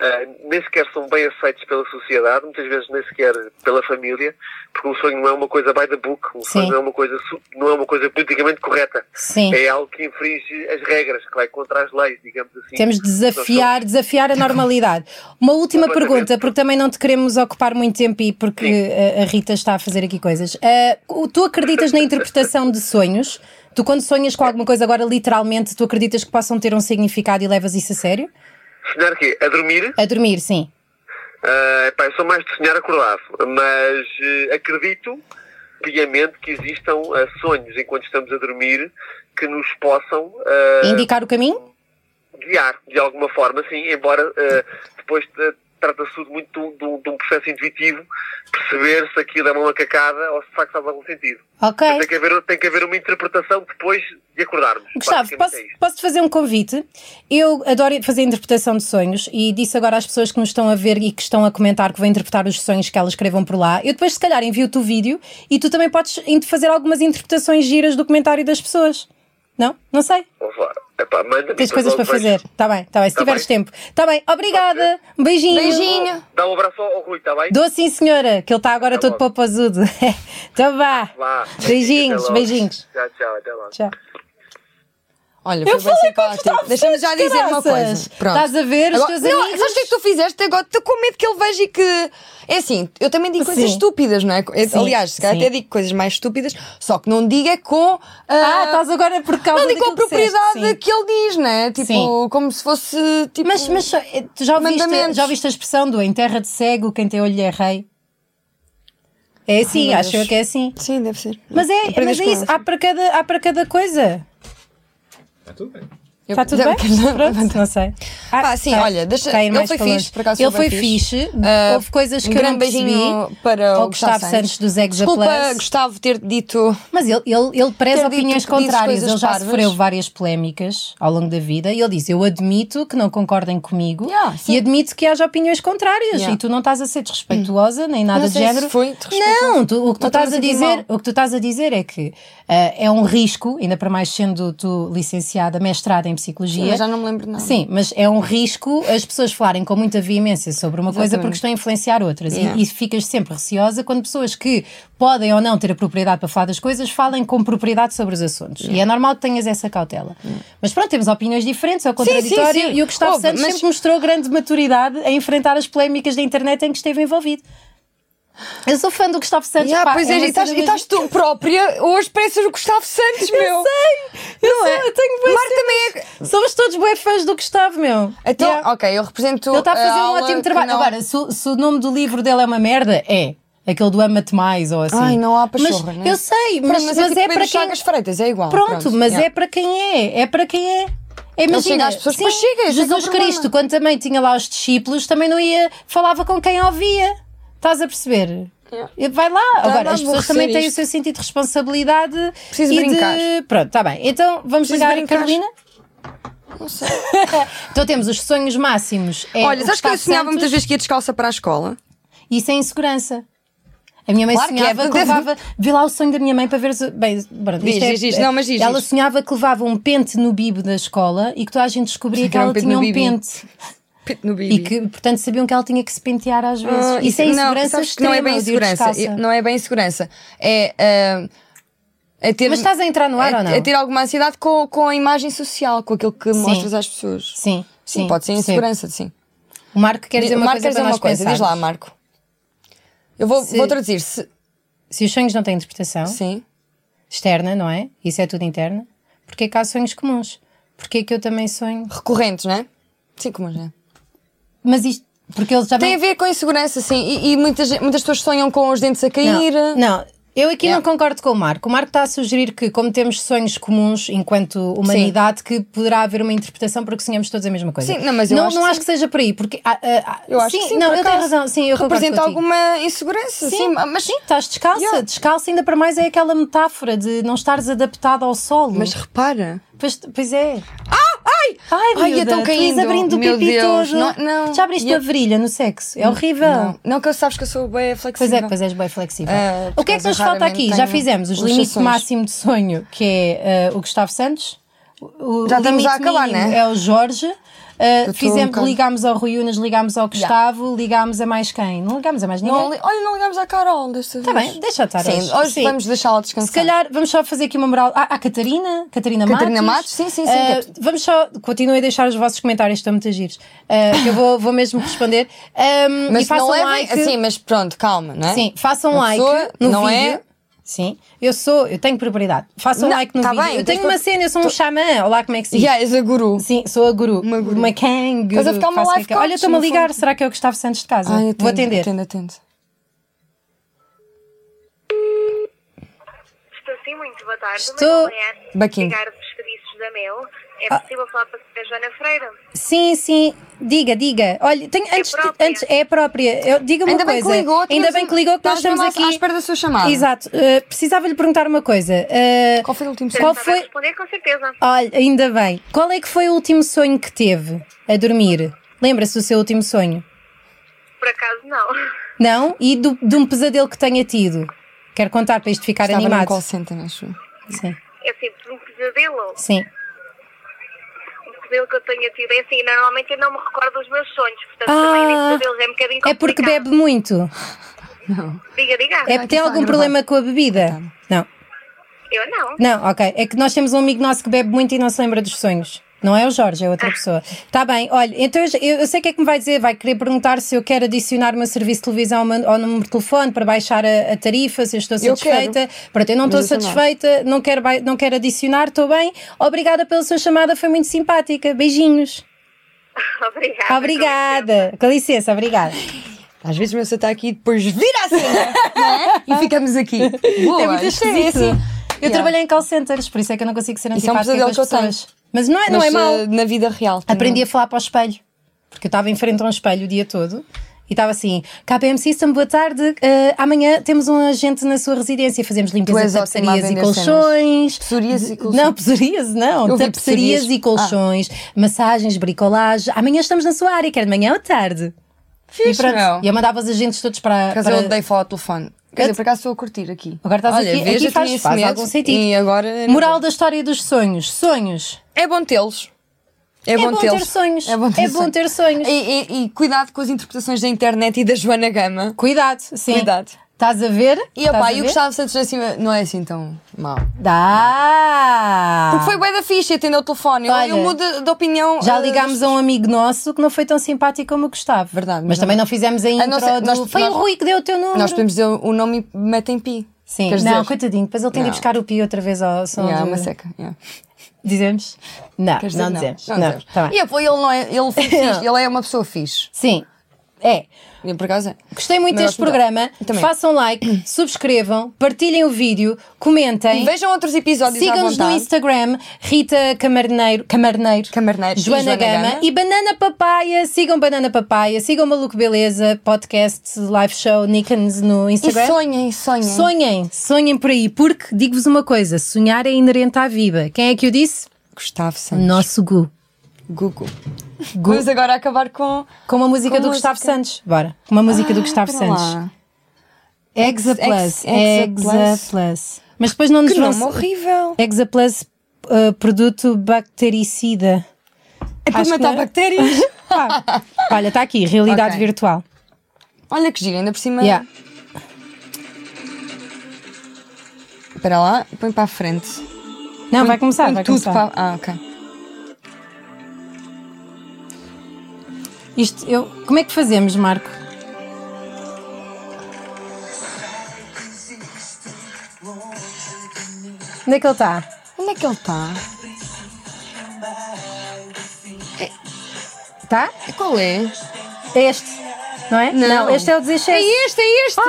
[SPEAKER 5] ah, nem sequer são bem aceitos pela sociedade, muitas vezes nem sequer pela família, porque um sonho não é uma coisa by the book, um
[SPEAKER 1] Sim.
[SPEAKER 5] sonho não é uma coisa, su- não é uma coisa politicamente correta.
[SPEAKER 1] Sim.
[SPEAKER 5] É algo que infringe as regras, que vai contra as leis, digamos assim.
[SPEAKER 1] Temos de desafiar, desafiar a normalidade. Uma última
[SPEAKER 5] Completamente.
[SPEAKER 1] pergunta, porque também não te queremos ocupar muito tempo e porque eh, a Rita está a fazer aqui coisas. Eh, o- tu acreditas na interpretação de sonhos? Tu, quando sonhas com alguma coisa, agora literalmente, tu acreditas que possam ter um significado e levas isso a sério?
[SPEAKER 5] Sonhar o quê? A dormir?
[SPEAKER 1] A dormir, sim.
[SPEAKER 5] Ah, epá, eu sou mais de sonhar acordado, mas eh, acredito piamente que existam ah, sonhos enquanto estamos a dormir que nos possam ah,
[SPEAKER 1] Indicar o caminho?
[SPEAKER 5] guiar de alguma forma, sim, embora ah, depois eh, trata-se tudo muito de um- de um, de um processo intuitivo, perceber se aquilo é uma macacada ou se de facto faz algum sentido.
[SPEAKER 1] Ok.
[SPEAKER 5] Tem, que haver, tem que haver uma interpretação depois de acordarmos.
[SPEAKER 1] Gustavo,
[SPEAKER 5] Basicamente
[SPEAKER 1] posso,
[SPEAKER 5] é isto.
[SPEAKER 1] posso te fazer um convite? Eu adoro fazer interpretação de sonhos e disse agora às pessoas que nos estão a ver e que estão a comentar que vão interpretar os sonhos que elas escrevam por lá. Eu depois, se calhar, envio-te o vídeo e tu também podes in- fazer algumas interpretações giras do comentário das pessoas. Não? Não sei.
[SPEAKER 5] Vá, epá, manda-me então
[SPEAKER 1] Tens
[SPEAKER 5] depois
[SPEAKER 1] coisas
[SPEAKER 5] logo
[SPEAKER 1] para fazer.
[SPEAKER 5] vejo.
[SPEAKER 1] Está bem, está bem. Se
[SPEAKER 5] Tá
[SPEAKER 1] tiveres
[SPEAKER 5] bem.
[SPEAKER 1] tempo. Está bem. Obrigada. Um beijinho.
[SPEAKER 2] Beijinho.
[SPEAKER 5] Dá um abraço ao ao Rui, está bem?
[SPEAKER 1] Dou sim, senhora, que ele está agora
[SPEAKER 5] Tá
[SPEAKER 1] todo
[SPEAKER 5] bom.
[SPEAKER 1] papazudo. [LAUGHS] então vá.
[SPEAKER 5] Vá.
[SPEAKER 1] Beijinhos,
[SPEAKER 5] Até logo.
[SPEAKER 1] beijinhos.
[SPEAKER 5] Tchau, tchau, até logo.
[SPEAKER 1] Tchau.
[SPEAKER 2] Olha,
[SPEAKER 1] Eu
[SPEAKER 2] foi bem
[SPEAKER 1] falei com o Gustavo
[SPEAKER 2] simpático. Deixa-me já
[SPEAKER 1] Santos,
[SPEAKER 2] dizer uma
[SPEAKER 1] caraças.
[SPEAKER 2] coisa. Pronto.
[SPEAKER 1] Estás a ver os
[SPEAKER 2] Agora-
[SPEAKER 1] teus
[SPEAKER 2] não,
[SPEAKER 1] amigos?
[SPEAKER 2] Sabes o que é que tu fizeste? Agora estou com medo que ele veja e que. É assim, eu também digo coisas
[SPEAKER 1] Sim.
[SPEAKER 2] estúpidas, não é? Eu-
[SPEAKER 1] Sim,
[SPEAKER 2] Aliás, se calhar
[SPEAKER 1] sim.
[SPEAKER 2] até digo coisas mais estúpidas, só que não diga com.
[SPEAKER 1] Ah,
[SPEAKER 2] ah,
[SPEAKER 1] estás agora por causa
[SPEAKER 2] não digo com a
[SPEAKER 1] daquilo que disseste,
[SPEAKER 2] propriedade
[SPEAKER 1] sim.
[SPEAKER 2] que ele diz, não é? Tipo,
[SPEAKER 1] Sim.
[SPEAKER 2] como se fosse. Tipo,
[SPEAKER 1] Mas, mas só- eh, tu já ouviste,
[SPEAKER 2] Mandamentos.
[SPEAKER 1] já ouviste a expressão do em terra de cego, quem tem olho é rei? É assim,
[SPEAKER 2] meu
[SPEAKER 1] acho
[SPEAKER 2] Deus.
[SPEAKER 1] eu que é assim.
[SPEAKER 2] Sim, deve ser.
[SPEAKER 1] Mas é, mas
[SPEAKER 2] Aprendes
[SPEAKER 1] é
[SPEAKER 2] com
[SPEAKER 1] isso,
[SPEAKER 2] ela,
[SPEAKER 1] há para, cada, há para cada coisa.
[SPEAKER 6] Está tudo bem.
[SPEAKER 2] sim.
[SPEAKER 1] Está Ah, tá tudo
[SPEAKER 2] Eu-
[SPEAKER 1] bem?
[SPEAKER 2] [LAUGHS] Quero-
[SPEAKER 1] Pronto, não sei. Ah,
[SPEAKER 2] Pá, sim,
[SPEAKER 1] tá.
[SPEAKER 2] olha, deixa-
[SPEAKER 1] Tá a ir
[SPEAKER 2] ele
[SPEAKER 1] mais
[SPEAKER 2] foi
[SPEAKER 1] para longe.
[SPEAKER 2] fixe, por acaso
[SPEAKER 1] Ele
[SPEAKER 2] foi
[SPEAKER 1] foi
[SPEAKER 2] fixe.
[SPEAKER 1] fixe.
[SPEAKER 2] Ah,
[SPEAKER 1] Houve coisas que
[SPEAKER 2] um
[SPEAKER 1] eu
[SPEAKER 2] grande
[SPEAKER 1] não percebi.
[SPEAKER 2] beijinho para
[SPEAKER 1] Ao
[SPEAKER 2] o Gustavo Santos.
[SPEAKER 1] dos Eggs
[SPEAKER 2] Desculpa,
[SPEAKER 1] Plus.
[SPEAKER 2] Gustavo, ter dito.
[SPEAKER 1] Mas ele, ele, ele preza
[SPEAKER 2] Ter dito
[SPEAKER 1] opiniões
[SPEAKER 2] que disse
[SPEAKER 1] contrárias.
[SPEAKER 2] coisas
[SPEAKER 1] Ele já
[SPEAKER 2] parvas.
[SPEAKER 1] sofreu várias polémicas ao longo da vida e ele diz: Eu admito que não concordem comigo
[SPEAKER 2] Yeah, sim.
[SPEAKER 1] e admito que haja opiniões contrárias.
[SPEAKER 2] Yeah.
[SPEAKER 1] E tu não estás a ser desrespeituosa nem nada
[SPEAKER 2] Não
[SPEAKER 1] de
[SPEAKER 2] sei se
[SPEAKER 1] género.
[SPEAKER 2] foi desrespeitoso.
[SPEAKER 1] não, tu- o, que tu
[SPEAKER 2] Ou
[SPEAKER 1] estás a
[SPEAKER 2] estou-me a sentir
[SPEAKER 1] dizer, o que tu estás a dizer é que ah, é um risco, ainda para mais sendo tu licenciada, mestrada em psicologia.
[SPEAKER 2] Sim, mas já não me lembro de nada.
[SPEAKER 1] Sim, mas é um risco as pessoas falarem com muita veemência sobre uma coisa
[SPEAKER 2] Exatamente.
[SPEAKER 1] porque estão a influenciar outras. E-
[SPEAKER 2] Yeah.
[SPEAKER 1] E, ficas sempre receosa quando pessoas que podem ou não ter a propriedade para falar das coisas falem com propriedade sobre os assuntos. E é normal que tenhas essa cautela. Mas pronto, temos opiniões diferentes, é o contraditório.
[SPEAKER 2] sim.
[SPEAKER 1] E o Gustavo
[SPEAKER 2] Houve,
[SPEAKER 1] Santos
[SPEAKER 2] mas-
[SPEAKER 1] sempre mostrou grande maturidade a enfrentar as polémicas da internet em que esteve envolvido. Eu sou fã do Gustavo Santos.
[SPEAKER 2] Yeah,
[SPEAKER 1] pá,
[SPEAKER 2] pois
[SPEAKER 1] é
[SPEAKER 2] é,
[SPEAKER 1] uma
[SPEAKER 2] e estás,
[SPEAKER 1] cena
[SPEAKER 2] e estás tu própria, hoje pareces o Gustavo Santos, meu.
[SPEAKER 1] Eu sei! Eu,
[SPEAKER 2] Não
[SPEAKER 1] sou,
[SPEAKER 2] é?
[SPEAKER 1] eu tenho bué
[SPEAKER 2] Marta
[SPEAKER 1] cenas.
[SPEAKER 2] também
[SPEAKER 1] Somos todos bué fãs do Gustavo, meu.
[SPEAKER 2] Então,
[SPEAKER 1] Yeah.
[SPEAKER 2] ok, eu represento.
[SPEAKER 1] Ele está a fazer um
[SPEAKER 2] aula
[SPEAKER 1] ótimo
[SPEAKER 2] que
[SPEAKER 1] trabalho.
[SPEAKER 2] não-
[SPEAKER 1] Agora, se, o- se o nome do livro dele é uma merda, é. Aquele do Ama-te Mais ou assim.
[SPEAKER 2] Ai, não há pachorra,
[SPEAKER 1] mas,
[SPEAKER 2] né?
[SPEAKER 1] Eu sei,
[SPEAKER 2] Pronto,
[SPEAKER 1] mas, mas,
[SPEAKER 2] tipo
[SPEAKER 1] é,
[SPEAKER 2] Pedro
[SPEAKER 1] para quem.
[SPEAKER 2] Chagas Freitas, é igual.
[SPEAKER 1] Pronto, mas
[SPEAKER 2] yeah.
[SPEAKER 1] é para quem é. É para quem é. Imagina,
[SPEAKER 2] chega às pessoas,
[SPEAKER 1] sim,
[SPEAKER 2] pois chega, esse é que é o
[SPEAKER 1] Jesus
[SPEAKER 2] problema.
[SPEAKER 1] Cristo, quando também tinha lá os discípulos, também não ia, falava com quem ouvia. Estás a perceber? Vai lá. Agora,
[SPEAKER 2] É. lá,
[SPEAKER 1] as
[SPEAKER 2] vou
[SPEAKER 1] pessoas também
[SPEAKER 2] recer
[SPEAKER 1] têm o
[SPEAKER 2] isto.
[SPEAKER 1] seu sentido de responsabilidade.
[SPEAKER 2] Preciso
[SPEAKER 1] e
[SPEAKER 2] brincar.
[SPEAKER 1] De... Pronto, está bem. Então, vamos
[SPEAKER 2] Preciso
[SPEAKER 1] ligar a
[SPEAKER 2] brincar.
[SPEAKER 1] Carolina?
[SPEAKER 2] Não sei.
[SPEAKER 1] [LAUGHS] Então temos os sonhos máximos. É
[SPEAKER 2] Olha,
[SPEAKER 1] o
[SPEAKER 2] sabes que eu
[SPEAKER 1] Gustavo
[SPEAKER 2] sonhava
[SPEAKER 1] Santos.
[SPEAKER 2] muitas vezes que ia descalça para a escola?
[SPEAKER 1] Isso é insegurança. A minha mãe
[SPEAKER 2] Claro que é,
[SPEAKER 1] sonhava que,
[SPEAKER 2] deve-
[SPEAKER 1] levava. Vê lá o sonho da minha mãe para ver. os- Bem, pronto,
[SPEAKER 2] Diz,
[SPEAKER 1] isto é-
[SPEAKER 2] diz, diz. Não, mas diz,
[SPEAKER 1] Ela
[SPEAKER 2] diz.
[SPEAKER 1] sonhava que levava um pente no bibo da escola e que toda a gente descobria que
[SPEAKER 2] Era um
[SPEAKER 1] ela
[SPEAKER 2] pente
[SPEAKER 1] tinha
[SPEAKER 2] no
[SPEAKER 1] um
[SPEAKER 2] bibi.
[SPEAKER 1] pente.
[SPEAKER 2] Pito No
[SPEAKER 1] E
[SPEAKER 2] bibi.
[SPEAKER 1] que, portanto, sabiam que ela tinha que se pentear às vezes.
[SPEAKER 2] Ah,
[SPEAKER 1] isso, é
[SPEAKER 2] não,
[SPEAKER 1] insegurança
[SPEAKER 2] sabes que
[SPEAKER 1] extrema.
[SPEAKER 2] Não é bem
[SPEAKER 1] o de ir
[SPEAKER 2] insegurança.
[SPEAKER 1] descalça.
[SPEAKER 2] Eu- Não é bem insegurança. É. ah, é ter,
[SPEAKER 1] Mas estás a entrar no ar
[SPEAKER 2] é-
[SPEAKER 1] ou não?
[SPEAKER 2] é ter alguma ansiedade com, com a imagem social, com aquilo que mostras às pessoas.
[SPEAKER 1] Sim,
[SPEAKER 2] Sim,
[SPEAKER 1] sim.
[SPEAKER 2] pode ser
[SPEAKER 1] sim.
[SPEAKER 2] insegurança, sim.
[SPEAKER 1] O Marco quer
[SPEAKER 2] Diz-
[SPEAKER 1] dizer uma
[SPEAKER 2] Marco,
[SPEAKER 1] coisa
[SPEAKER 2] quer
[SPEAKER 1] para
[SPEAKER 2] dizer
[SPEAKER 1] nós
[SPEAKER 2] é uma coisa, diz
[SPEAKER 1] pensarmos.
[SPEAKER 2] lá, Marco. Eu vou,
[SPEAKER 1] Se-
[SPEAKER 2] vou traduzir. Se,
[SPEAKER 1] Se os sonhos não têm interpretação
[SPEAKER 2] sim.
[SPEAKER 1] externa, não é? Isso é tudo interna. Porquê é que há sonhos comuns? Porquê é que eu também sonho?
[SPEAKER 2] Recorrentes, não é? Sim, como é?
[SPEAKER 1] Mas isto. Porque eles já
[SPEAKER 2] Tem a ver com insegurança, sim. E, e muitas, muitas pessoas sonham com os dentes a cair.
[SPEAKER 1] Não, não. Eu aqui
[SPEAKER 2] Yeah.
[SPEAKER 1] não concordo com o Marco. O Marco está a sugerir que, como temos sonhos comuns enquanto humanidade, que poderá haver uma interpretação porque sonhamos todos a mesma coisa.
[SPEAKER 2] Sim, não, mas eu
[SPEAKER 1] não,
[SPEAKER 2] acho
[SPEAKER 1] não
[SPEAKER 2] que
[SPEAKER 1] acho que seja por aí, porque. ah, ah, ah,
[SPEAKER 2] Eu acho
[SPEAKER 1] sim,
[SPEAKER 2] que sim.
[SPEAKER 1] não,
[SPEAKER 2] por
[SPEAKER 1] eu tenho
[SPEAKER 2] acaso.
[SPEAKER 1] razão. Sim, eu concordo
[SPEAKER 2] Representa
[SPEAKER 1] contigo.
[SPEAKER 2] alguma insegurança, sim. ah, mas,
[SPEAKER 1] sim, estás descalça.
[SPEAKER 2] Yeah.
[SPEAKER 1] Descalça, ainda para mais, é aquela metáfora de não estares adaptado ao solo.
[SPEAKER 2] mas repara.
[SPEAKER 1] Pois, pois é. Ai, ai,
[SPEAKER 2] Ai,
[SPEAKER 1] miúda,
[SPEAKER 2] eu tô
[SPEAKER 1] tu
[SPEAKER 2] caindo.
[SPEAKER 1] ias abrindo o
[SPEAKER 2] Meu
[SPEAKER 1] pipi
[SPEAKER 2] Deus,
[SPEAKER 1] todo.
[SPEAKER 2] não- não.
[SPEAKER 1] Já abriste
[SPEAKER 2] Eu-
[SPEAKER 1] a virilha no sexo. É horrível.
[SPEAKER 2] Não, não que eu sabes que eu sou bem
[SPEAKER 1] Pois
[SPEAKER 2] flexível.
[SPEAKER 1] é, pois és bem flexível.
[SPEAKER 2] Ah, por
[SPEAKER 1] o que é que
[SPEAKER 2] causa,
[SPEAKER 1] nos falta
[SPEAKER 2] raramente
[SPEAKER 1] aqui? Já
[SPEAKER 2] tenho
[SPEAKER 1] fizemos os limites
[SPEAKER 2] luxações.
[SPEAKER 1] máximo de sonho, que é ah, o Gustavo Santos. O, o
[SPEAKER 2] Já estamos
[SPEAKER 1] limite
[SPEAKER 2] a acabar,
[SPEAKER 1] mínimo
[SPEAKER 2] né?
[SPEAKER 1] É o Jorge. Ah,
[SPEAKER 2] tô um
[SPEAKER 1] fizemos,
[SPEAKER 2] bocado-
[SPEAKER 1] ligámos ao Rui Unas, ligámos ao Gustavo, ligámos a mais quem? Não ligámos a mais
[SPEAKER 2] Não
[SPEAKER 1] ninguém.
[SPEAKER 2] li- olha, não ligamos à Carol desta vez.
[SPEAKER 1] Está Tá bem, deixa estar
[SPEAKER 2] Sim,
[SPEAKER 1] hoje.
[SPEAKER 2] hoje, vamos deixá-la descansar.
[SPEAKER 1] Se calhar vamos só fazer aqui uma moral. Ah, a Catarina? Catarina Matos?
[SPEAKER 2] Catarina Matos, sim, sim, sim,
[SPEAKER 1] Ah, vamos só. Continuem a deixar os vossos comentários, estão muito giros. Ah, que eu vou, vou mesmo responder. Um,
[SPEAKER 2] mas
[SPEAKER 1] e façam
[SPEAKER 2] não levem,
[SPEAKER 1] like.
[SPEAKER 2] assim, mas pronto, calma, não é?
[SPEAKER 1] Sim, façam
[SPEAKER 2] Uma
[SPEAKER 1] like
[SPEAKER 2] pessoa
[SPEAKER 1] no
[SPEAKER 2] não
[SPEAKER 1] vídeo.
[SPEAKER 2] é-
[SPEAKER 1] Sim, eu sou, eu tenho propriedade. Façam
[SPEAKER 2] Não,
[SPEAKER 1] like no
[SPEAKER 2] tá
[SPEAKER 1] vídeo.
[SPEAKER 2] bem,
[SPEAKER 1] eu tenho
[SPEAKER 2] mas
[SPEAKER 1] uma
[SPEAKER 2] tu-
[SPEAKER 1] cena, eu sou um xamã. Olá, como é que se diz?
[SPEAKER 2] Yeah, és a guru.
[SPEAKER 1] Sim, sou a guru.
[SPEAKER 2] Uma guru.
[SPEAKER 1] can guru.
[SPEAKER 2] Estás a ficar uma
[SPEAKER 1] faço o que
[SPEAKER 2] life
[SPEAKER 1] quer. Olha,
[SPEAKER 2] coach,
[SPEAKER 1] estou-me a
[SPEAKER 2] no
[SPEAKER 1] ligar.
[SPEAKER 2] fundo.
[SPEAKER 1] Será que é o Gustavo Santos de casa?
[SPEAKER 2] Ai, atende,
[SPEAKER 1] Vou atender.
[SPEAKER 2] Atende, atende.
[SPEAKER 4] Estou sim, muito boa tarde.
[SPEAKER 1] Estou- Ah.
[SPEAKER 4] Meu nome é Ana.
[SPEAKER 2] Baquinho.
[SPEAKER 4] Ligar dos serviços da Mel. É possível falar para a senhora Joana Freira?
[SPEAKER 1] Sim, sim. Diga, diga. Olha, tenho, antes, de-
[SPEAKER 4] própria.
[SPEAKER 1] antes é a própria. Eu- Diga-me
[SPEAKER 2] Ainda
[SPEAKER 1] uma
[SPEAKER 2] bem
[SPEAKER 1] coisa.
[SPEAKER 2] que ligou.
[SPEAKER 1] Ainda
[SPEAKER 2] tínhamos-
[SPEAKER 1] bem que ligou que nós
[SPEAKER 2] estás
[SPEAKER 1] estamos
[SPEAKER 2] mesmo
[SPEAKER 1] aqui.
[SPEAKER 2] À à espera da sua chamada.
[SPEAKER 1] Exato. Uh, Precisava-lhe perguntar uma coisa. Uh,
[SPEAKER 2] Qual foi o último
[SPEAKER 1] Qual
[SPEAKER 2] sonho?
[SPEAKER 4] Vai
[SPEAKER 1] foi-
[SPEAKER 4] responder com certeza.
[SPEAKER 1] Olha, ainda bem. Qual é que foi o último sonho que teve a dormir? Lembra-se do seu último sonho?
[SPEAKER 4] Por acaso, não. [LAUGHS]
[SPEAKER 1] Não? E do- de um pesadelo que tenha tido? Quero contar para isto ficar
[SPEAKER 2] Estava num
[SPEAKER 1] animado.
[SPEAKER 2] call center, acho.
[SPEAKER 1] Sim,
[SPEAKER 4] É sempre um pesadelo.
[SPEAKER 1] sim.
[SPEAKER 4] Um pesadelo que eu tenha tido é assim. Normalmente eu não me recordo dos meus sonhos. Portanto,
[SPEAKER 1] Ah.
[SPEAKER 4] também nem pesadelos é um bocadinho
[SPEAKER 1] É
[SPEAKER 4] complicado.
[SPEAKER 1] porque bebe muito.
[SPEAKER 4] Diga, diga.
[SPEAKER 1] É porque tem algum problema com a bebida? Não. É-
[SPEAKER 4] Eu não.
[SPEAKER 1] Não, ok. É que nós temos um amigo nosso que bebe muito e não se lembra dos sonhos. Não é o Jorge, é outra pessoa. Está bem, olha, então eu, eu sei o que é que me vai dizer. Vai querer perguntar se eu quero adicionar o meu serviço de televisão ao meu- ao número de telefone para baixar a, a tarifa, se eu estou
[SPEAKER 2] Eu
[SPEAKER 1] satisfeita. Pronto, eu não estou
[SPEAKER 2] Mas eu sou
[SPEAKER 1] satisfeita, não quero, bai- não quero adicionar, estou bem. Obrigada pela sua chamada, foi muito simpática. Beijinhos.
[SPEAKER 4] Obrigada.
[SPEAKER 1] Obrigada. Com licença, obrigada.
[SPEAKER 2] Às vezes o meu está aqui e depois vira assim, [LAUGHS] não é? E ficamos aqui. Boa,
[SPEAKER 1] é muito
[SPEAKER 2] isto é
[SPEAKER 1] esquisito.
[SPEAKER 2] assim.
[SPEAKER 1] Eu
[SPEAKER 2] Yeah.
[SPEAKER 1] trabalhei em call centers, por isso é que eu não consigo ser
[SPEAKER 2] Isso é um
[SPEAKER 1] antipática com as
[SPEAKER 2] pesadelo que eu tenho.
[SPEAKER 1] pessoas. Mas não é, não
[SPEAKER 2] Mas,
[SPEAKER 1] é mau.
[SPEAKER 2] eh, Na vida real. também.
[SPEAKER 1] Aprendi a falar para o espelho, porque eu estava em frente a um espelho o dia todo e estava assim: KPM System, boa tarde. eh, amanhã temos um agente na sua residência, fazemos
[SPEAKER 2] Tu
[SPEAKER 1] limpeza de
[SPEAKER 2] és ótima a
[SPEAKER 1] tapeçarias e
[SPEAKER 2] vender cenas.
[SPEAKER 1] colchões.
[SPEAKER 2] Psoríase e colchões.
[SPEAKER 1] Não, psorias não.
[SPEAKER 2] Eu vi Ah.
[SPEAKER 1] Tapecerias
[SPEAKER 2] psoríase.
[SPEAKER 1] e colchões, massagens, bricolagem. Amanhã estamos na sua área, quer de manhã ou de tarde.
[SPEAKER 2] Fixe,
[SPEAKER 1] e pronto.
[SPEAKER 2] meu.
[SPEAKER 1] E eu mandava os agentes todos para.
[SPEAKER 2] Por acaso
[SPEAKER 1] para-
[SPEAKER 2] eu odeio falar ao telefone. Quer
[SPEAKER 1] Eu-
[SPEAKER 2] dizer, por acaso estou a curtir aqui.
[SPEAKER 1] Agora estás
[SPEAKER 2] Olha,
[SPEAKER 1] aqui-
[SPEAKER 2] veja,
[SPEAKER 1] aqui
[SPEAKER 2] eu
[SPEAKER 1] faz-
[SPEAKER 2] tinha esse
[SPEAKER 1] faz
[SPEAKER 2] medo
[SPEAKER 1] algum sentido.
[SPEAKER 2] E agora... não.
[SPEAKER 1] Moral da história dos sonhos. Sonhos.
[SPEAKER 2] É bom tê-los. É,
[SPEAKER 1] É, bom ter sonhos.
[SPEAKER 2] É bom ter sonhos.
[SPEAKER 1] sonhos.
[SPEAKER 2] E, e- e cuidado com as interpretações da internet e da Joana Gama.
[SPEAKER 1] Cuidado, sim.
[SPEAKER 2] Cuidado.
[SPEAKER 1] Estás a ver?
[SPEAKER 2] E
[SPEAKER 1] Estás
[SPEAKER 2] opá,
[SPEAKER 1] a
[SPEAKER 2] e o
[SPEAKER 1] ver?
[SPEAKER 2] Gustavo Santos da Silva não é assim tão mau.
[SPEAKER 1] Dá!
[SPEAKER 2] Porque foi bué da ficha atender o telefone. Eu-
[SPEAKER 1] Olha,
[SPEAKER 2] eu mudo de opinião.
[SPEAKER 1] Já
[SPEAKER 2] eh,
[SPEAKER 1] ligámos a um amigo nosso que não foi tão simpático como o Gustavo.
[SPEAKER 2] Verdade,
[SPEAKER 1] Mas
[SPEAKER 2] verdade.
[SPEAKER 1] também não fizemos a intro
[SPEAKER 2] não ser-
[SPEAKER 1] do...
[SPEAKER 2] nós-
[SPEAKER 1] Foi
[SPEAKER 2] nós-
[SPEAKER 1] o Rui que deu o teu número.
[SPEAKER 2] Nós podemos dizer o nome e metem pi.
[SPEAKER 1] um- Sim,
[SPEAKER 2] Queres
[SPEAKER 1] não,
[SPEAKER 2] dizer?
[SPEAKER 1] coitadinho, depois ele tem de ir
[SPEAKER 2] Não.
[SPEAKER 1] buscar o Pio outra vez ao som
[SPEAKER 2] Yeah, é
[SPEAKER 1] de-
[SPEAKER 2] uma seca. yeah.
[SPEAKER 1] Dizemos? Não,
[SPEAKER 2] Queres
[SPEAKER 1] não,
[SPEAKER 2] dizer?
[SPEAKER 1] dizemos. Não, tá bem.
[SPEAKER 2] E apoio, ele não é.
[SPEAKER 1] [LAUGHS]
[SPEAKER 2] Ele, foi fixe, ele é uma pessoa fixe.
[SPEAKER 1] Sim, é.
[SPEAKER 2] E por acaso é.
[SPEAKER 1] Gostei muito
[SPEAKER 2] Mas
[SPEAKER 1] deste
[SPEAKER 2] gosto muito
[SPEAKER 1] programa.
[SPEAKER 2] dela. Também.
[SPEAKER 1] Façam like, [CLEARS THROAT] subscrevam, partilhem o vídeo, comentem.
[SPEAKER 2] Vejam outros episódios à
[SPEAKER 1] Sigam-nos no
[SPEAKER 2] vontade.
[SPEAKER 1] Instagram, Rita Camarneiro, Camarneiro,
[SPEAKER 2] Camarneiro e
[SPEAKER 1] Joana,
[SPEAKER 2] Joana
[SPEAKER 1] Gama,
[SPEAKER 2] Gama.
[SPEAKER 1] e Banana Papaya. Sigam Banana Papaya, sigam Maluco Beleza, podcast, live show, Nickens no
[SPEAKER 2] E
[SPEAKER 1] Instagram.
[SPEAKER 2] sonhem, sonhem.
[SPEAKER 1] Sonhem, sonhem por aí, porque digo-vos uma coisa: sonhar é inerente à vida. Quem é que o disse?
[SPEAKER 2] Gustavo Santos.
[SPEAKER 1] Nosso Gu.
[SPEAKER 2] Google.
[SPEAKER 1] Gu.
[SPEAKER 2] Vamos agora acabar com.
[SPEAKER 1] Com uma música
[SPEAKER 2] Com
[SPEAKER 1] do Gustavo
[SPEAKER 2] música. Ah,
[SPEAKER 1] Santos. Bora. Uma música do Gustavo
[SPEAKER 2] Espera
[SPEAKER 1] Santos.
[SPEAKER 2] lá.
[SPEAKER 1] Exa
[SPEAKER 2] Ex-
[SPEAKER 1] Plus.
[SPEAKER 2] Exa Plus.
[SPEAKER 1] Exa Plus. Mas depois não nos
[SPEAKER 2] Que
[SPEAKER 1] vão.
[SPEAKER 2] nome horrível.
[SPEAKER 1] Exa Plus, uh, produto bactericida.
[SPEAKER 2] É para
[SPEAKER 1] Acho que
[SPEAKER 2] matar
[SPEAKER 1] não era.
[SPEAKER 2] bactérias.
[SPEAKER 1] [LAUGHS] Pá. Olha, está aqui, realidade
[SPEAKER 2] Ok.
[SPEAKER 1] virtual.
[SPEAKER 2] Olha que giro, ainda por cima.
[SPEAKER 1] Yeah.
[SPEAKER 2] Espera lá, põe para a frente.
[SPEAKER 1] Não,
[SPEAKER 2] Põe-
[SPEAKER 1] vai começar,
[SPEAKER 2] põe
[SPEAKER 1] vai
[SPEAKER 2] tudo
[SPEAKER 1] começar.
[SPEAKER 2] Para... Ah, ok.
[SPEAKER 1] Isto, eu, como é que fazemos, Marco? Onde é que ele está?
[SPEAKER 2] Onde é que ele está?
[SPEAKER 1] Está?
[SPEAKER 2] Qual é?
[SPEAKER 1] É este, não é?
[SPEAKER 2] Não.
[SPEAKER 1] este é o Ah!
[SPEAKER 2] É
[SPEAKER 1] desencheio.
[SPEAKER 2] este, é este!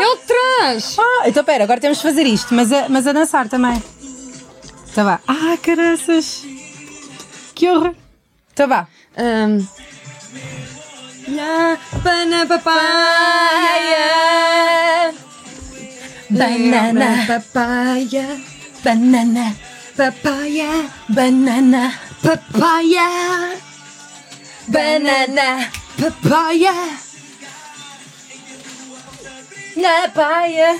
[SPEAKER 2] Ele traz!
[SPEAKER 1] Ah, então pera, agora temos de fazer isto, mas a, mas a dançar também. Tá vá. Ah, caraças! Que horror! Tá vá.
[SPEAKER 2] Um... Ya, Pana papaya
[SPEAKER 1] Banana,
[SPEAKER 2] papaya
[SPEAKER 1] banana,
[SPEAKER 2] Papaya
[SPEAKER 1] banana,
[SPEAKER 2] Papaya
[SPEAKER 1] banana.
[SPEAKER 2] Papaya
[SPEAKER 1] Na paia.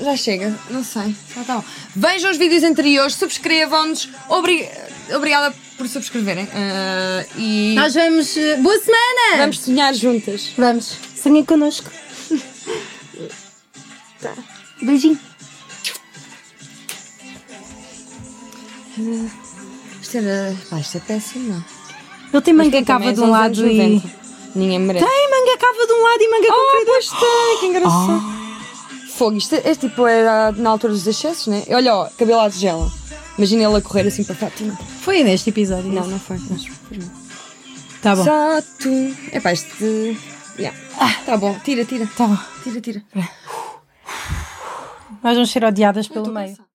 [SPEAKER 2] Já chega, não sei, já tá bom. Vejam os vídeos anteriores, subscrevam-nos Obri- Obrigada por subscreverem Ah, E
[SPEAKER 1] Nós vamos. eh, Boa semana!
[SPEAKER 2] vamos sonhar juntas
[SPEAKER 1] Vamos. Sonhem connosco. Tá. Beijinho.
[SPEAKER 2] Isto era... Pá, isto é péssimo é
[SPEAKER 1] Ele tem manga cava de um lado e.
[SPEAKER 2] Ninguém merece
[SPEAKER 1] Tem manga cava de um lado e manga
[SPEAKER 2] Oh,
[SPEAKER 1] comprida.
[SPEAKER 2] pois tem, que engraçado. Fogo, isto é, é tipo era na altura dos excessos, né? Olha, ó, cabelo à tigela. Imagina ele a correr assim para Fátima.
[SPEAKER 1] Foi neste episódio.
[SPEAKER 2] Não, não foi. Mas, pois não.
[SPEAKER 1] Tá bom.
[SPEAKER 2] Só tu. É pá, este. Yeah. tá bom, tira, tira. Tá bom. Tira, tira.
[SPEAKER 1] Nós vamos ser odiadas pelo meio.